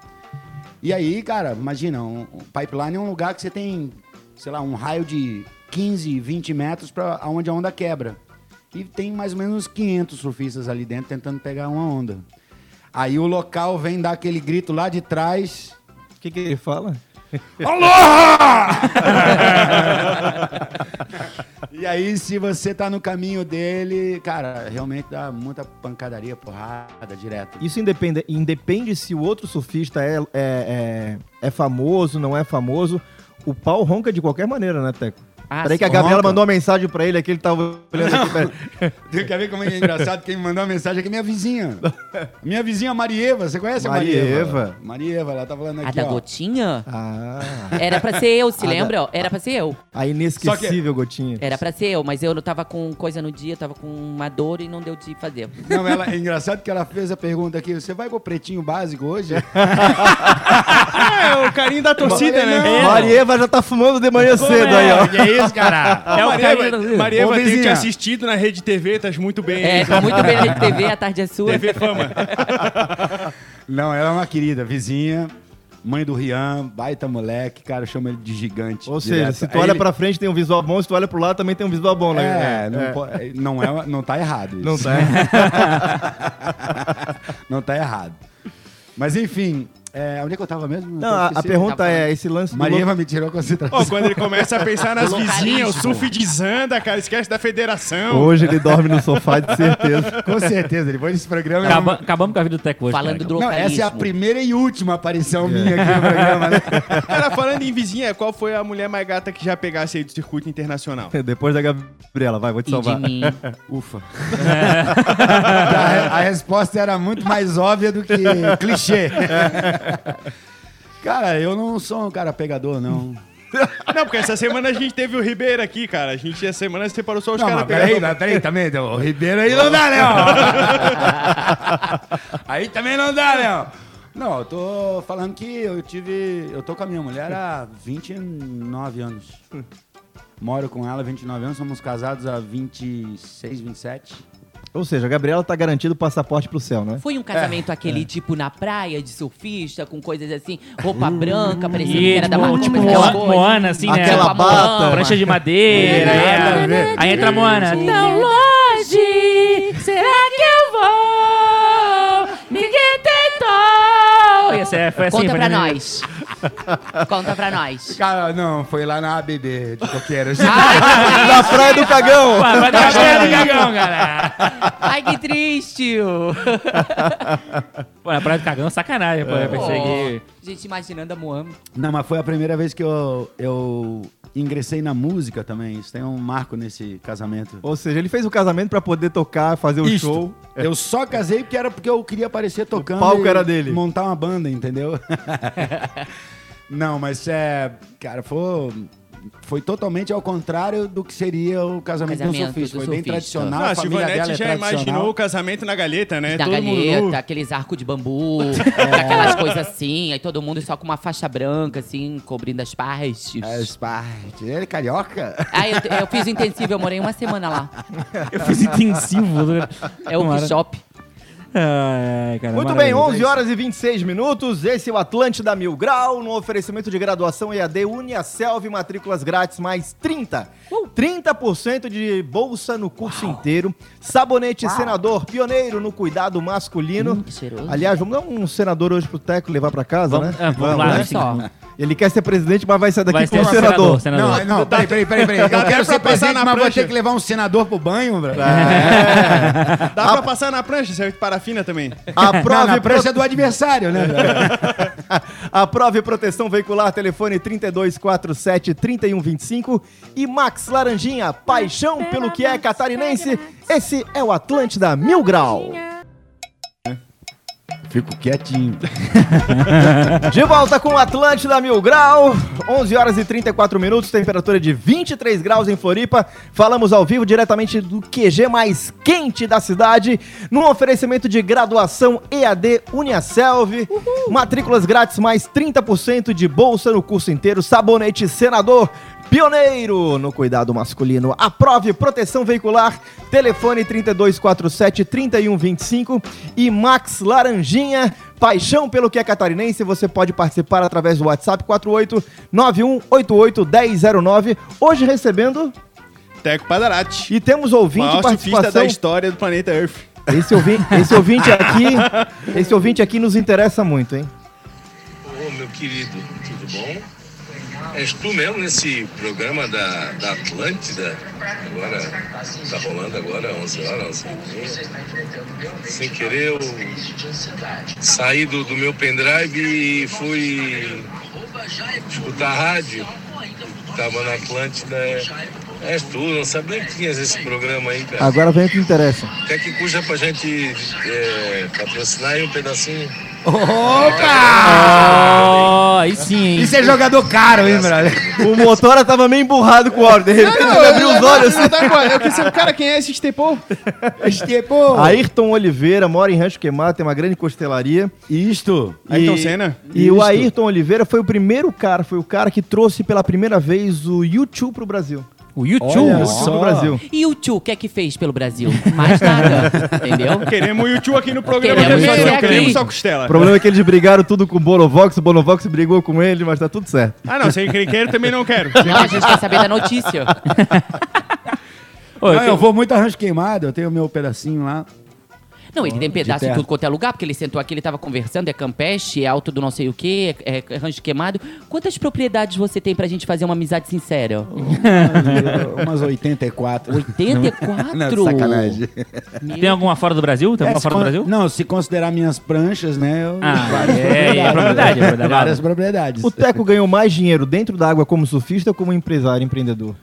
F: E aí, cara, imagina, um, um pipeline é um lugar que você tem, sei lá, um raio de 15, 20 metros para onde a onda quebra. E tem mais ou menos uns 500 surfistas ali dentro tentando pegar uma onda. Aí o local vem dar aquele grito lá de trás.
B: O que, que ele fala?
F: E aí, se você tá no caminho dele, cara, realmente dá muita pancadaria, porrada, direto. né?
B: Isso independe, independe se o outro surfista é, é, é, é famoso, não é famoso. O pau ronca de qualquer maneira, né, Teco?
E: Ah,
B: Peraí que a
E: sim.
B: Gabriela
F: ronca.
B: mandou uma mensagem pra ele aqui, ele tava olhando aqui. pera-
F: Quer ver como é engraçado? Quem me mandou uma mensagem aqui é minha vizinha. Minha vizinha Marieva, você conhece a
B: Marieva?
F: Marieva? Marieva, ela tá falando
E: A
F: aqui,
E: da
F: ó.
E: gotinha?
B: Ah.
E: Era pra ser eu, se lembra? Era pra ser eu.
B: A inesquecível gotinha.
E: Era pra ser eu, mas eu não tava com coisa no dia, tava com uma dor e não deu de fazer.
F: Não, ela, é engraçado que ela fez a pergunta aqui, você vai pro pretinho básico hoje?
C: É, o carinho da torcida, né?
D: É,
B: Marieva já tá fumando de manhã cedo aí, ó.
F: que é
C: Ah,
F: isso, cara?
D: É o
C: Marieva,
D: carinho da-
C: Marieva
F: Ô,
C: tem te
F: vizinha.
C: assistido na rede TV, estás muito bem.
E: É,
C: hein?
E: tá muito bem na TV, a tarde é sua.
C: TV Fama.
F: Não, ela é uma querida, vizinha, mãe do Rian, baita moleque, cara, chama ele de gigante.
B: Ou seja,
F: direto.
B: se tu
F: Aí
B: olha
F: ele-
B: pra frente tem um visual bom, se tu olha pro lado também tem um visual bom, né?
F: É, não, po- não é, não tá errado isso.
B: Não tá.
F: Não tá errado. Mas enfim, É, onde é que eu tava mesmo?
B: Não, a, a
F: Esqueci.
B: pergunta é, esse lance do
F: Maria
B: louco-
F: Eva me tirou a concentração.
C: Ó, quando ele começa a pensar nas vizinhas, o surf desanda, cara. Esquece da federação.
B: Hoje ele dorme no sofá, de certeza.
F: Com certeza, depois desse programa... eu-
D: Acaba- acabamos com a vida do Tech hoje.
E: Falando
D: cara.
E: do
F: Não, essa é a
E: localismo.
F: primeira e última aparição minha aqui no programa, né?
C: Cara, falando em vizinha, qual foi a mulher mais gata que já pegasse aí do circuito internacional?
B: Depois da Gabriela, vai, vou te
E: E de
B: salvar.
E: mim.
F: Ufa. a, re- a resposta era muito mais óbvia do que clichê. cara, eu não sou um cara pegador, não.
C: Não, porque essa semana a gente teve o Ribeiro aqui, cara. A gente, essa semana, separou só os
F: não,
C: caras
F: mas peraí,
B: né?
C: pegadores.
F: mas peraí, também, então, o Ribeiro aí não dá, né? ó? aí também não dá, né? ó? Não, eu tô falando que eu tive... Eu tô com a minha mulher há 29 anos. Moro com ela há 29 anos, somos casados há 26, 27.
B: Ou seja, a Gabriela tá garantido o passaporte pro céu, né?
E: Foi um casamento
D: É.
E: aquele tipo na praia, de surfista, com coisas assim, roupa branca, parecendo que
D: Hum. E,
E: era da
D: tipo, tipo,
E: Matilda, aquelas
D: Moana,
E: coisas.
D: Moana, assim, né?
B: Aquela
E: Tipo a
B: bata,
E: Moana.
D: Prancha de madeira.
F: É, nada a
D: é.
F: ver.
D: Aí entra a Moana.
E: Tão longe, será que eu vou? Ninguém tentou.
D: Oi, essa é- foi assim,
E: Conta
D: foi
E: pra
D: na minha-
E: nós. Conta pra nós.
F: Cara, não, foi lá na ABB de Coqueiros.
B: Da Praia do Cagão!
D: Pá, Vai dar uma cara do cagão, cara.
E: Ai, que triste.
D: Pô, na praia do cagão, é sacanagem,
E: É.
D: pô. Eu pensei que.
E: Oh, gente, imaginando a Moana.
F: não, mas foi a primeira vez que eu, eu ingressei na música também. Isso tem um marco nesse casamento.
B: Ou seja, ele fez o casamento pra poder tocar, fazer o
F: Isto.
B: show.
F: Eu só casei porque era porque eu queria aparecer tocando.
B: palco
F: e
B: era dele.
F: Montar uma banda, entendeu? não, mas é. Cara, foi. Foi totalmente ao contrário do que seria o casamento,
E: Casamento
F: do surfista.
E: do
F: Foi bem
E: surfista.
F: tradicional.
C: Não,
F: a
C: a
F: família dela
C: Silvanete já
F: é
C: imaginou
F: tradicional.
C: o casamento na galheta, né?
E: da
C: Todo mundo nu.
E: galheta, aqueles arcos de bambu, aquelas coisas assim, aí todo mundo só com uma faixa branca, assim, cobrindo as partes.
F: As partes. Ele é carioca?
E: Aí eu, eu fiz o intensivo, eu morei uma semana lá.
D: Eu fiz intensivo. né?
E: É o workshop.
D: Ai, ai,
F: É
D: cara,
B: Muito bem, 11 horas e 26 minutos. Esse é o Atlântida Mil Grau, no oferecimento de graduação EAD Uniaselv, matrículas grátis mais 30.
F: Uh!
B: 30% de bolsa no curso inteiro. Sabonete senador, pioneiro no cuidado masculino.
E: Hum, que cheiroso.
B: Aliás, vamos dar um senador hoje pro Teco levar pra casa,
D: Vamos-
B: né?
D: é, vamos lá,
E: sim.
B: Ele quer ser presidente, mas vai sair daqui
D: Vai
B: com
D: ser
B: um senador.
D: senador, senador.
F: Não, não, peraí, peraí, peraí. peraí. Eu quero
C: pra
F: ser
C: passar
F: presidente,
C: na
F: mas vou
C: prancha.
F: ter que levar um senador pro banho, bro.
C: Dá pra passar na prancha, serve de parafina também.
F: Não,
B: Aprove
F: na
B: pro
F: prancha é do adversário, né?
B: Aprove proteção veicular, telefone 3247-3125 e Max Laranjinha, paixão pelo que é catarinense. Esse é o Atlântida Mil Grau.
F: Fico quietinho.
B: De volta com o Atlântida Mil Grau, 11 horas e 34 minutos, temperatura de 23 graus em Floripa. Falamos ao vivo diretamente do QG mais quente da cidade, num oferecimento de graduação EAD Uniaselv, matrículas grátis mais 30% de bolsa no curso inteiro, sabonete senador. Pioneiro no cuidado masculino. Aprove proteção veicular. Telefone 3247-3125 e Max Laranjinha. Paixão pelo que é catarinense. Você pode participar através do WhatsApp 489188109. Hoje recebendo
C: Teco Padarati.
B: e temos ouvinte
C: Maior surfista da
B: participação.
C: história do planeta Earth.
B: Esse ouvinte, esse ouvinte aqui, esse ouvinte aqui nos interessa muito, hein?
I: Ô meu querido, tudo bom? És tu mesmo nesse programa da, da Atlântida? Agora, tá rolando agora, 11 horas, 11 h Sem querer, eu saí do, do meu pendrive e fui escutar a rádio. Tava na Atlântida. é, És tu, não sabia que tinhas esse programa aí, cara.
B: Agora vem o que interessa.
I: Até que custa pra gente é, patrocinar aí um pedacinho.
D: Ó, Ah, aí sim, hein?
F: Isso é jogador caro, hein, brother?
B: O motora tava meio emburrado com o áudio, de repente ele abriu os olhos.
C: Eu quis saber, cara, quem é esse Estepô?
F: Estepô.
B: Ayrton Oliveira mora em Rancho Queimado, tem uma grande costelaria.
F: Isto.
C: Ayrton Senna?
B: E
F: Isto.
B: o Ayrton Oliveira foi o primeiro cara, foi o cara que trouxe pela primeira vez o YouTube pro Brasil. É,
D: O YouTube.
F: Olha
B: O
F: só.
B: YouTube pro Brasil.
E: E o tio, o que é que fez pelo Brasil? Mais nada, entendeu?
C: Então Queremos o YouTube aqui no programa
E: Queremos
C: também,
E: você
C: não
E: aqui.
C: queremos só
B: O
C: costela.
B: problema é que eles brigaram tudo com o Bonovox, o Bonovox brigou com ele, mas tá tudo certo.
C: Ah, não, sem encrenqueiro também não quero.
E: Não, a gente quer saber da notícia.
D: Ô, eu
F: Ah, eu
D: tenho-
F: vou muito arranjo queimado, eu tenho meu pedacinho lá.
E: Não, ele tem pedaço em
F: terra.
E: tudo quanto é lugar, porque ele sentou aqui, ele tava conversando, é campeste, é alto do não sei o quê, é, é rancho queimado. Quantas propriedades você tem pra gente fazer uma amizade sincera?
F: Umas 84.
E: 84?
F: Não, sacanagem.
E: Meu
D: Tem alguma fora do Brasil? Tem
F: É,
D: alguma
F: se
D: fora do
F: con-
D: Brasil?
F: Não, se considerar minhas pranchas, né? eu-
D: Ah,
F: várias
D: é, é
F: propriedades,
D: propriedade, é
F: né?
D: propriedade.
F: Várias propriedades.
B: O Teco ganhou mais dinheiro dentro da água como surfista ou como empresário, empreendedor?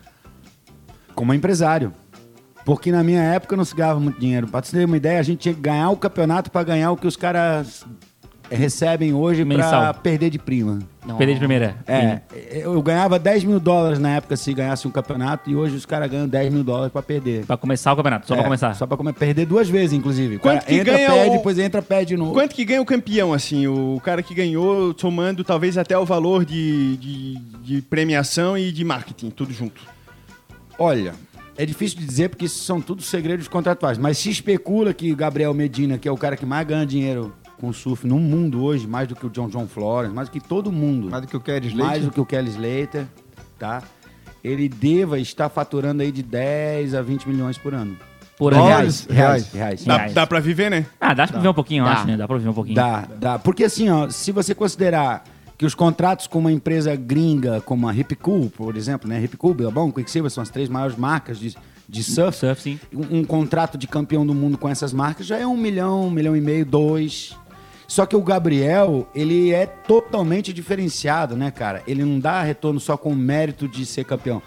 F: Como empresário. Porque na minha época eu não se ganhava muito dinheiro. Pra você ter uma ideia, a gente tinha que ganhar o campeonato pra ganhar o que os caras recebem hoje pra
D: Mensal.
F: perder de prima.
E: Não.
D: Perder de primeira.
F: É, eu ganhava 10 mil dólares na época se ganhasse um campeonato e hoje os caras ganham 10 mil dólares pra perder.
D: Pra começar o campeonato, só
F: É,
D: pra começar.
F: Só pra come- perder duas vezes, inclusive. O
C: Quanto
F: cara
C: que
F: entra,
C: ganha
F: perde,
C: o-
F: depois entra, perde de novo.
C: Quanto que ganha o campeão, assim? O cara que ganhou, somando talvez até o valor de, de, de premiação e de marketing, tudo junto.
F: Olha, é difícil de dizer porque isso são tudo segredos contratuais, mas se especula que Gabriel Medina, que é o cara que mais ganha dinheiro com surf no mundo hoje, mais do que o John John Florence, mais do que todo mundo,
B: Mais do que o Kelly
F: mais do que o Kelly Slater, tá? Ele deva estar faturando aí de 10 a 20 milhões por ano.
D: Por
B: Dólares?
D: ano.
B: Reais.
F: reais.
C: Dá,
D: Reais.
C: dá pra viver, né?
D: Ah, dá pra viver um pouquinho, eu
E: Dá.
D: acho, né? Dá pra viver um pouquinho.
F: Dá, dá. Porque assim, ó, se você considerar que os contratos com uma empresa gringa, como a Hip Cool, por exemplo, né? Hip Cool, Billabong, Quicksilver são as três maiores marcas de, de surf.
D: Surf, sim.
F: Um, um contrato de campeão do mundo com essas marcas já é um milhão, um milhão e meio, dois. Só que o Gabriel, ele é totalmente diferenciado, né, cara? Ele não dá retorno só com o mérito de ser campeão.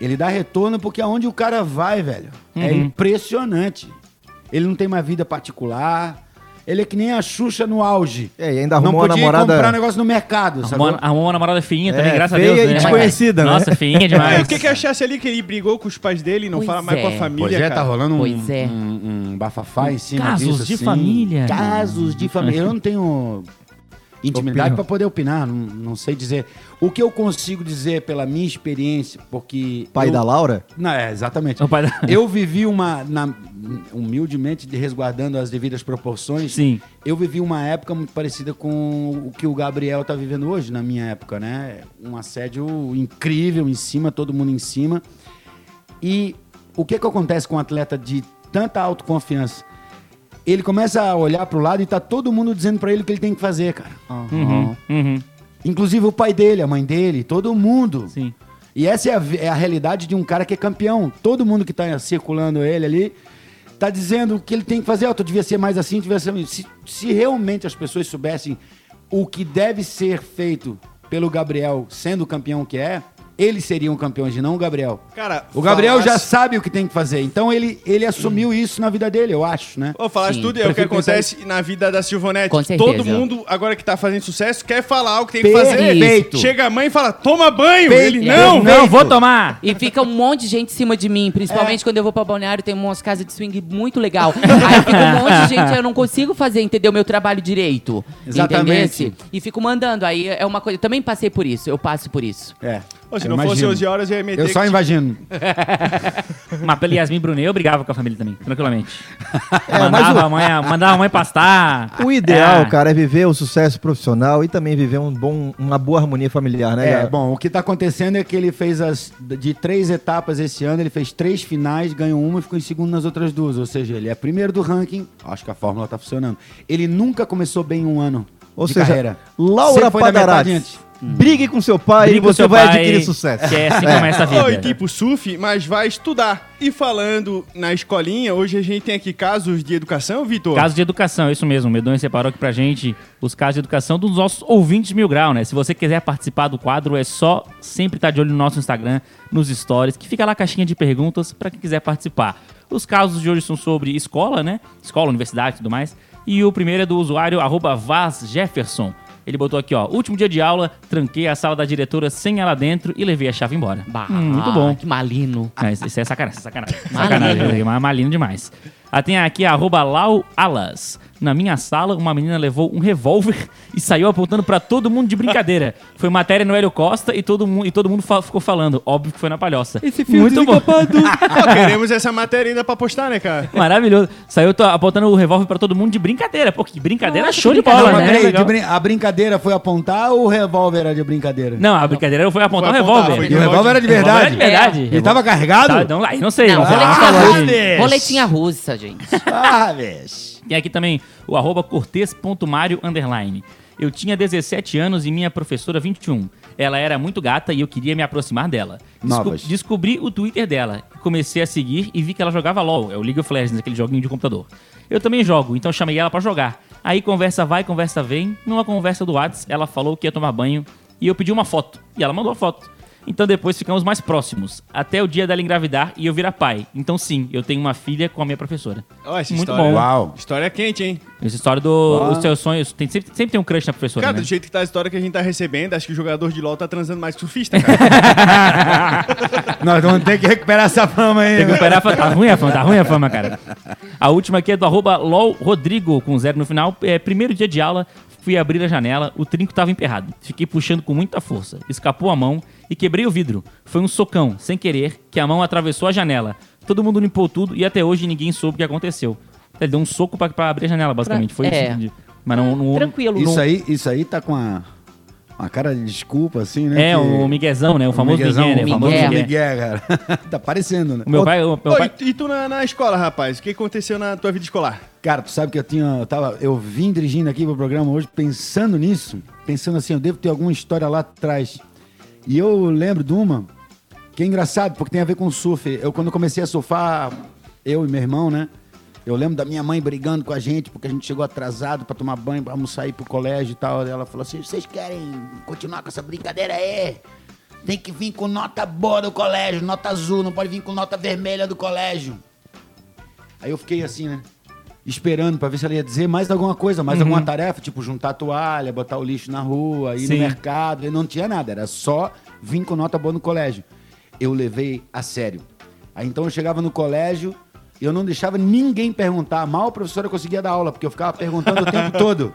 F: Ele dá retorno porque aonde o cara vai, velho, é
D: Uhum.
F: impressionante. Ele não tem uma vida particular. Ele é que nem a Xuxa no auge.
B: É, e ainda
F: não
B: arrumou a
F: podia ir
B: namorada.
F: comprar negócio no mercado,
D: Arrumou,
F: sabe? é
D: arrumou uma namorada feinha também,
B: É,
D: graças
B: feia
D: a Deus.
B: e
D: né?
B: desconhecida, né?
D: Nossa, feinha
C: É,
D: demais.
C: o que, que achasse ali que ele brigou com os pais dele, não
E: Pois
C: fala mais com a
E: é.
C: família,
F: Pois é,
C: cara?
F: tá rolando um,
E: Pois é.
F: um, um bafafá em cima
D: Casos
F: disso,
D: de
F: assim.
D: família. né?
F: Casos de família. Eu não tenho intimidade
D: Opinião.
F: pra poder opinar, não, não sei dizer. O que eu consigo dizer pela minha experiência, porque...
B: Pai
F: eu-
B: da Laura?
F: Não, é, exatamente.
D: O pai da-
F: Eu vivi uma, na- humildemente, de- resguardando as devidas proporções,
D: Sim.
F: eu vivi uma época muito parecida com o que o Gabriel tá vivendo hoje, na minha época, né? Um assédio incrível em cima, todo mundo em cima. E o que que acontece com um atleta de tanta autoconfiança? Ele começa a olhar pro lado e tá todo mundo dizendo pra ele o que ele tem que fazer, cara.
D: Uhum, uhum,
F: Inclusive o pai dele, a mãe dele, todo mundo.
D: sim.
F: E essa é a, vi- é a realidade de um cara que é campeão. Todo mundo que tá circulando ele ali tá dizendo o que ele tem que fazer. Ó, tu devia ser mais assim, devia ser. Se, se realmente as pessoas soubessem o que deve ser feito pelo Gabriel, sendo o campeão que é, eles seriam campeões e não o Gabriel.
C: Cara,
F: O Gabriel já
C: falasse-
F: sabe o que tem que fazer. Então ele, ele assumiu isso na vida dele, eu acho, né?
C: Ô, falar
E: Sim,
C: tudo é o que
F: prefiro pensar
C: acontece na vida da Silvonete.
E: Com certeza.
C: Todo mundo, agora que tá fazendo sucesso, quer falar o que tem que fazer.
F: Perfeito.
C: Chega a mãe e fala, toma banho.
F: Perfeito.
C: Ele, não.
F: Perfeito.
D: Não, vou tomar!
E: E fica um monte de gente em cima de mim, principalmente quando eu vou pra Balneário, tem umas casas de swing muito legal. Aí fica um monte de gente, aí eu não consigo fazer, entendeu? Meu trabalho direito.
F: Exatamente.
E: entendesse? E fico mandando, aí é uma coisa. Eu também passei por isso, eu passo por isso.
F: É.
C: Ô, se
F: eu
C: não
F: imagino.
C: fosse 11 horas, eu ia meter...
F: Eu só
C: que-
F: imagino.
D: Mas pela Yasmin Brunet, eu brigava com a família também, tranquilamente.
B: mas
D: mandava, a mãe, mandava a mãe pastar.
B: O ideal,
D: É.
B: cara, é viver o sucesso profissional e também viver um bom, uma boa harmonia familiar, né?
F: É,
B: cara?
F: bom, o que tá acontecendo é que ele fez as. De três etapas esse ano, ele fez três finais, ganhou uma e ficou em segundo nas outras duas. Ou seja, ele é primeiro do ranking. Acho que a fórmula tá funcionando. Ele nunca começou bem um ano
B: Ou
F: de
B: seja,
F: carreira.
B: Laura
F: Sempre foi da metade
B: Padarati,
F: antes.
B: brigue com seu pai
D: Briga
B: e
D: com
B: você
D: seu
B: vai
D: pai,
B: adquirir sucesso.
D: Que é assim que começa a vida.
C: Oi, tipo surf, mas vai estudar. E falando na escolinha, hoje a gente tem aqui casos de educação, Vitor.
D: Caso de educação, é isso mesmo. O Medonho separou aqui pra gente os casos de educação dos nossos ouvintes mil grau, né? Se você quiser participar do quadro, é só sempre estar de olho no nosso Instagram, nos stories, que fica lá a caixinha de perguntas pra quem quiser participar. Os casos de hoje são sobre escola, né? Escola, universidade e tudo mais. E o primeiro é do usuário arroba VazJefferson. Ele botou aqui, ó. Último dia de aula, tranquei a sala da diretora sem ela dentro e levei a chave embora.
E: Bah, ah,
D: Hum, muito bom.
E: Que malino.
D: Não, isso, isso é sacanagem, sacanagem.
E: Malino.
D: sacanagem, mas malino demais. Ah, tem aqui arroba Lau Alas. Na minha sala, uma menina levou um revólver e saiu apontando pra todo mundo de brincadeira. Foi matéria no Hélio Costa e todo mundo, e todo mundo fa- ficou falando. Óbvio que foi na palhoça. Muito bom.
C: Ó, queremos essa matéria ainda pra postar, né, cara?
D: Maravilhoso. Saiu to- apontando o revólver pra todo mundo de brincadeira. Pô, que brincadeira
E: Nossa,
D: show
E: que
D: de bola,
F: Não, mas
D: né?
F: peraí,
D: Legal.
F: de brin- a brincadeira foi apontar ou o revólver era de brincadeira?
D: Não, a brincadeira foi apontar
C: Foi
D: o
C: apontar,
D: revólver.
C: foi
F: E o revólver era de
D: Revólver
F: verdade.
D: era de verdade.
F: Ele tava carregado?
D: Tá, não, aí não sei.
E: Não,
D: não sei o que
E: roletinha
D: falou,
E: russa.
D: gente.
E: Roletinha russa,
D: gente.
F: Ah, bicho.
D: Tem aqui também o arroba cortez.mário underline. Eu tinha 17 anos e minha professora 21. Ela era muito gata e eu queria me aproximar dela.
F: Novas.
D: Descobri o Twitter dela, comecei a seguir e vi que ela jogava LOL, é o League of Legends, aquele joguinho de computador. Eu também jogo, então chamei ela pra jogar. Aí conversa vai, conversa vem. Numa conversa do Whats, ela falou que ia tomar banho e eu pedi uma foto. E ela mandou a foto. Então depois ficamos mais próximos, até o dia dela engravidar e eu virar pai. Então sim, eu tenho uma filha com a minha professora.
C: Ó, essa
D: Muito
C: história.
D: bom.
F: Uau.
C: História quente, hein?
D: Essa história do os seus sonhos. Tem, sempre, sempre tem um crush na professora.
C: Cara,
D: né?
C: do jeito que tá a história que a gente tá recebendo, acho que o jogador de LOL tá transando mais que surfista, cara.
F: Nós vamos ter que recuperar essa fama aí. né?
D: Tem que operar a fama. Tá ruim a fama, tá ruim a fama, cara. A última aqui é do arroba LOLRodrigo, com zero no final. É, primeiro dia de aula, fui abrir a janela, o trinco tava emperrado. Fiquei puxando com muita força. Escapou a mão e quebrei o vidro. Foi um socão, sem querer, que a mão atravessou a janela. Todo mundo limpou tudo e até hoje ninguém soube o que aconteceu. Ele deu um soco pra, pra abrir a janela, basicamente. Foi
E: É.
D: isso. Mas não, não,
E: Tranquilo.
F: Isso aí, isso aí tá com uma, uma cara de desculpa, assim, né?
D: É,
F: que-
D: o miguezão, né? O famoso
F: miguezão,
D: migué, né?
F: O famoso
E: Migué.
F: migué, cara. tá parecendo, né?
D: O meu pai... O, meu
C: Ô,
D: pai...
C: e tu- e tu na, na escola, rapaz? O que aconteceu na tua vida escolar?
F: Cara, tu sabe que eu tinha. Eu, tava, eu vim dirigindo aqui pro programa hoje pensando nisso, pensando assim, eu devo ter alguma história lá atrás. E eu lembro de uma que é engraçado, porque tem a ver com surf. Eu, quando comecei a surfar, eu e meu irmão, né? Eu lembro da minha mãe brigando com a gente, porque a gente chegou atrasado pra tomar banho, pra almoçar ir pro colégio e tal. E ela falou assim: vocês querem continuar com essa brincadeira aí? Tem que vir com nota boa do colégio, nota azul, não pode vir com nota vermelha do colégio. Aí eu fiquei assim, né? Esperando pra ver se ela ia dizer mais alguma coisa, mais alguma tarefa, tipo juntar toalha, botar o lixo na rua, ir
D: Sim.
F: no mercado. E não tinha nada, era só vir com nota boa no colégio. Eu levei a sério. Aí então eu chegava no colégio e eu não deixava ninguém perguntar. Mal a professora conseguia dar aula, porque eu ficava perguntando o tempo todo.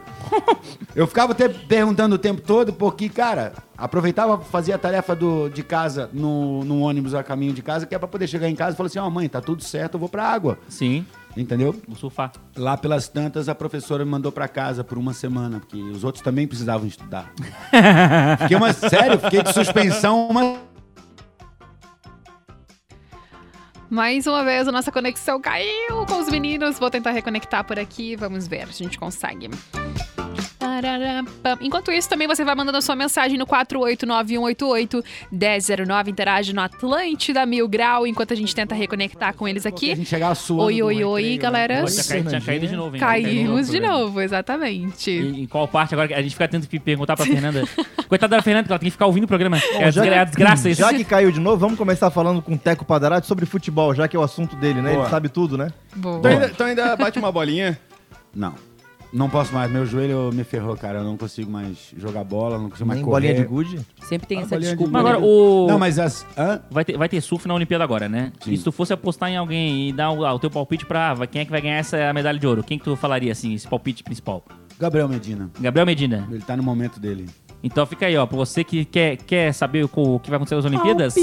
F: Eu ficava até perguntando o tempo todo, porque, cara, aproveitava pra fazer a tarefa do, de casa no, no ônibus a caminho de casa, que é pra poder chegar em casa e falar assim, ó, mãe, tá tudo certo, eu vou pra água.
D: Sim,
F: Entendeu?
D: vou surfar.
F: Lá pelas tantas, a professora me mandou pra casa por uma semana, porque os outros também precisavam estudar. fiquei uma. Sério, fiquei de suspensão uma.
H: Mais uma vez a nossa conexão caiu com os meninos. Vou tentar reconectar por aqui. Vamos ver se a gente consegue. Pararapam. Enquanto isso, também você vai mandando a sua mensagem no 489-188-1009. Interage no Atlântida Mil Grau, enquanto a gente tenta reconectar com eles
F: A
H: aqui.
F: gente chegava suando.
H: Oi,
F: do
H: oi, oi,
F: recreio, né?
H: galera.
D: Olha, tinha caído- tinha caído de novo, hein?
H: Caímos de
D: Programa.
H: novo, exatamente.
D: Em, em qual parte agora? A gente fica tendo que perguntar pra Fernanda. Coitada da Fernanda, que ela tem que ficar ouvindo o programa. é, a
B: já
D: desgra-
B: que-
D: a desgraça isso.
B: Já que caiu de novo, vamos começar falando com o Teco Padarati sobre futebol, já que é o assunto dele, né? Ele
F: Boa.
B: sabe tudo, né?
H: Boa.
C: Tu ainda, tu Então ainda bate uma bolinha?
F: Não. Não posso mais. Meu joelho me ferrou, cara. Eu não consigo mais jogar bola, não consigo mais
B: Nem
F: correr.
B: bolinha de gude.
E: Sempre tem
F: Ah,
E: essa
F: bolinha de
E: desculpa.
D: Mas agora
E: né?
D: o.
F: Não, mas as. Hã?
D: Vai ter, vai ter surf na Olimpíada agora, né?
F: Sim.
D: E se tu fosse apostar em alguém e dar o, ah, o teu palpite pra vai- quem é que vai ganhar essa medalha de ouro? Quem que tu falaria, assim, esse palpite principal?
F: Gabriel Medina.
D: Gabriel Medina.
F: Ele tá no momento dele.
D: Então fica aí, ó. Pra você que quer, quer saber o que vai acontecer nas Olimpíadas,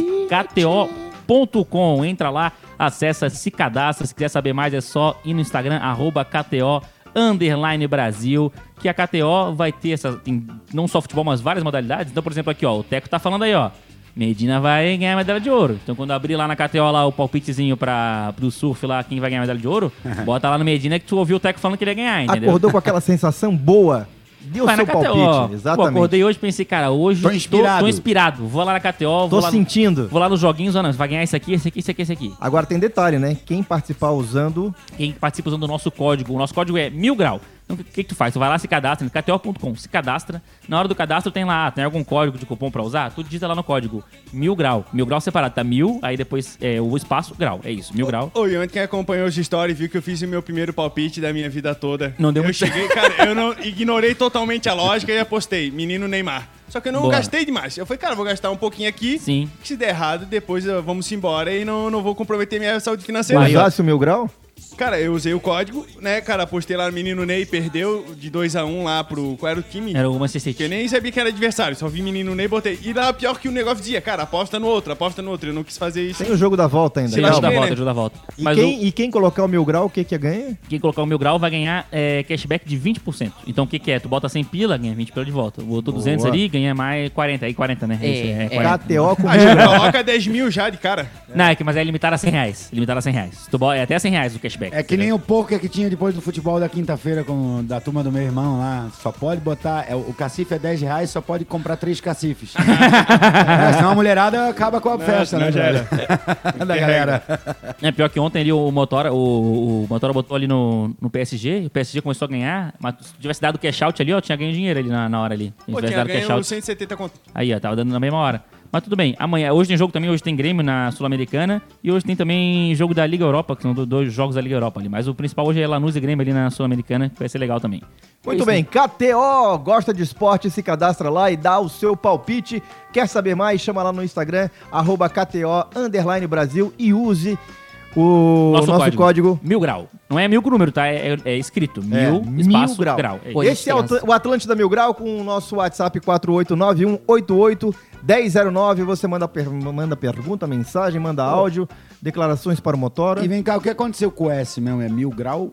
D: KTO.com. Entra lá, acessa, se cadastra. Se quiser saber mais, é só ir no Instagram, arroba KTO underline Brasil, que a KTO vai ter essa, tem não só futebol, mas várias modalidades. Então, por exemplo, aqui, ó, o Teco tá falando aí, ó. Medina vai ganhar a medalha de ouro. Então, quando abrir lá na KTO lá, o palpitezinho pra, pro surf lá, quem vai ganhar a medalha de ouro, bota lá no Medina que tu ouviu o Teco falando que ele ia ganhar, entendeu?
B: Acordou com aquela sensação boa. Deu
D: Vai
B: seu
D: na KTO.
B: palpite.
D: Pô,
B: Exatamente.
D: acordei hoje e pensei, cara, hoje
F: Tô
D: eu
F: inspirado.
D: Tô, inspirado. Vou lá na KTO, vou,
B: Tô
D: lá,
B: sentindo.
D: vou lá nos joguinhos, ó, não, vai ganhar esse aqui, esse aqui, esse aqui, esse aqui.
B: Agora tem detalhe, né? Quem participar usando
D: Quem participa usando o nosso código, o nosso código é mil grau. Então, o que, que tu faz? Tu vai lá, se cadastra, no KTO.com, se cadastra. Na hora do cadastro tem lá, ah, tem algum código de cupom pra usar? Tu digita lá no código mil grau. Mil grau separado, tá mil, aí depois é, o espaço, grau. É isso, mil grau.
C: Oi, ontem quem acompanhou os stories viu que eu fiz o meu primeiro palpite da minha vida toda.
D: Não deu
C: Eu
D: muito
C: cheguei, cara, eu não ignorei totalmente a lógica e apostei. Menino Neymar. Só que eu não
D: Boa.
C: gastei demais. Eu falei, cara, vou gastar um pouquinho aqui.
D: Sim.
C: que Se der errado, depois eh, vamos embora e não, não vou comprometer minha saúde financeira.
B: usasse o mil grau,
C: Cara, eu usei o código, né, cara? Apostei lá no menino Ney, perdeu de 2x1 lá pro. Qual era o time?
D: Era o Manchester
C: Que eu
D: City.
C: nem sabia que era adversário, só vi menino Ney, botei. E lá, pior que o negócio dizia, cara, aposta no outro, aposta no outro. Eu não quis fazer isso.
B: tem o jogo da volta ainda.
C: Sim,
B: Calma.
C: acho
D: Ajuda a
C: que-
D: volta, ajuda a volta.
B: E,
D: Mas
B: quem, e quem colocar o mil grau, o que que ganha?
D: Quem colocar o mil grau vai ganhar é, cashback de 20%. Então o que, que é? Tu bota 100 pila, ganha 20 pila de volta. O outro 200 ali ganha mais 40. Aí 40, né?
E: É, é.
B: KTO com
C: Aí já coloca 10 mil já de cara.
D: Não, é que, mas é limitado a 100 reais. Limitado a 100 reais. Tu bota, é até 100 reais o cashback.
F: É que nem
D: entendeu?
F: o poker que tinha depois do futebol da quinta-feira com da turma do meu irmão lá. Só pode botar. é, o cacife é 10 reais, só pode comprar três cacifes. é, senão a mulherada acaba com a festa, né?
C: senão já
F: velho? da galera.
D: É pior que ontem ali o Motora, o, o Motora botou ali no, no PSG, o PSG começou a ganhar, mas se tivesse dado cash out ali, ó, tinha ganho dinheiro ali na, na hora ali. Se
C: Pô,
D: tivesse
C: tinha
D: dado cash
C: ganho
D: out.
C: 170 conto.
D: Aí, ó, tava dando na mesma hora. Mas tudo bem, amanhã, hoje tem jogo também, hoje tem Grêmio na Sul-Americana e hoje tem também jogo da Liga Europa, que são do- dois jogos da Liga Europa ali. Mas o principal hoje é Lanús e Grêmio ali na Sul-Americana, que vai ser legal também.
B: Muito bem, KTO, gosta de esporte, se cadastra lá e dá o seu palpite. Quer saber mais? Chama lá no Instagram, arroba KTO, underline Brasil e use o nosso, código.
D: Mil grau. Não é mil com número, tá? É, é- é escrito. Mil,
B: É,
D: espaço, grau. É isso.
B: Esse é o, Atl- o Atlântida Mil Grau com o nosso WhatsApp 4891881009. Você manda, per- manda pergunta, mensagem, manda áudio, declarações para o Motora.
F: E vem cá, o que aconteceu com o S mesmo? É mil grau?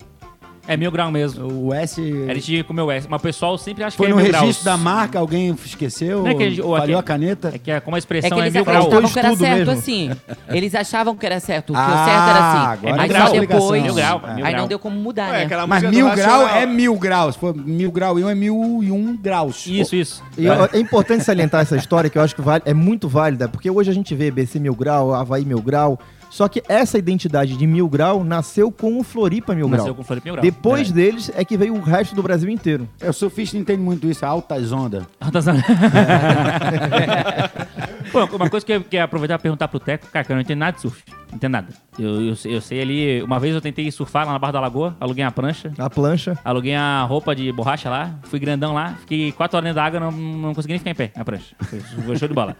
D: É mil grau mesmo.
F: O S.
D: A gente comeu essa, mas o pessoal sempre acha
F: Foi
D: que é
F: no
D: mil
F: registro
D: graus.
F: da marca, alguém esqueceu?
D: Não é que a gente- ou
F: falhou
D: aquele-
F: a caneta?
D: É que é, como a
E: É que
D: expressão é,
E: eles
D: mil grau.
E: acreditavam que era
B: Tudo
E: certo
B: mesmo.
E: assim. Eles achavam que era certo. Que
F: Ah,
E: o certo era assim.
F: agora
E: aí
D: tem uma
E: só depois. é.
F: explicação.
D: Mil grau, mil
E: aí
D: grau.
E: não deu como mudar,
C: Ué,
E: né?
C: aquela
F: Mas
C: música do
F: mil grau
C: Racional.
F: é mil graus. Se for mil grau e um, é mil e um graus.
D: Isso, isso.
B: E eu- é importante salientar essa história que eu acho que vale- é muito válida, porque hoje a gente vê BC Mil Grau, Havaí Mil Grau, só que essa identidade de Mil Grau nasceu com o Floripa Mil
D: Nasceu
B: Grau.
D: com Floripa mil grau.
B: Depois deles é que veio o resto do Brasil inteiro.
F: É, O surfista entende muito isso, é altas ondas.
D: Bom, uma coisa que eu queria aproveitar e perguntar pro Teco, cara, que eu não entendo nada de surf. Não entendo nada. Eu, eu, sei- eu sei ali, uma vez eu tentei surfar lá na Barra da Lagoa, aluguei a prancha,
B: A plancha.
D: aluguei a roupa de borracha lá, fui grandão lá, fiquei quatro horas dentro da água, não, não consegui nem ficar em pé na prancha. Foi, foi show de bola.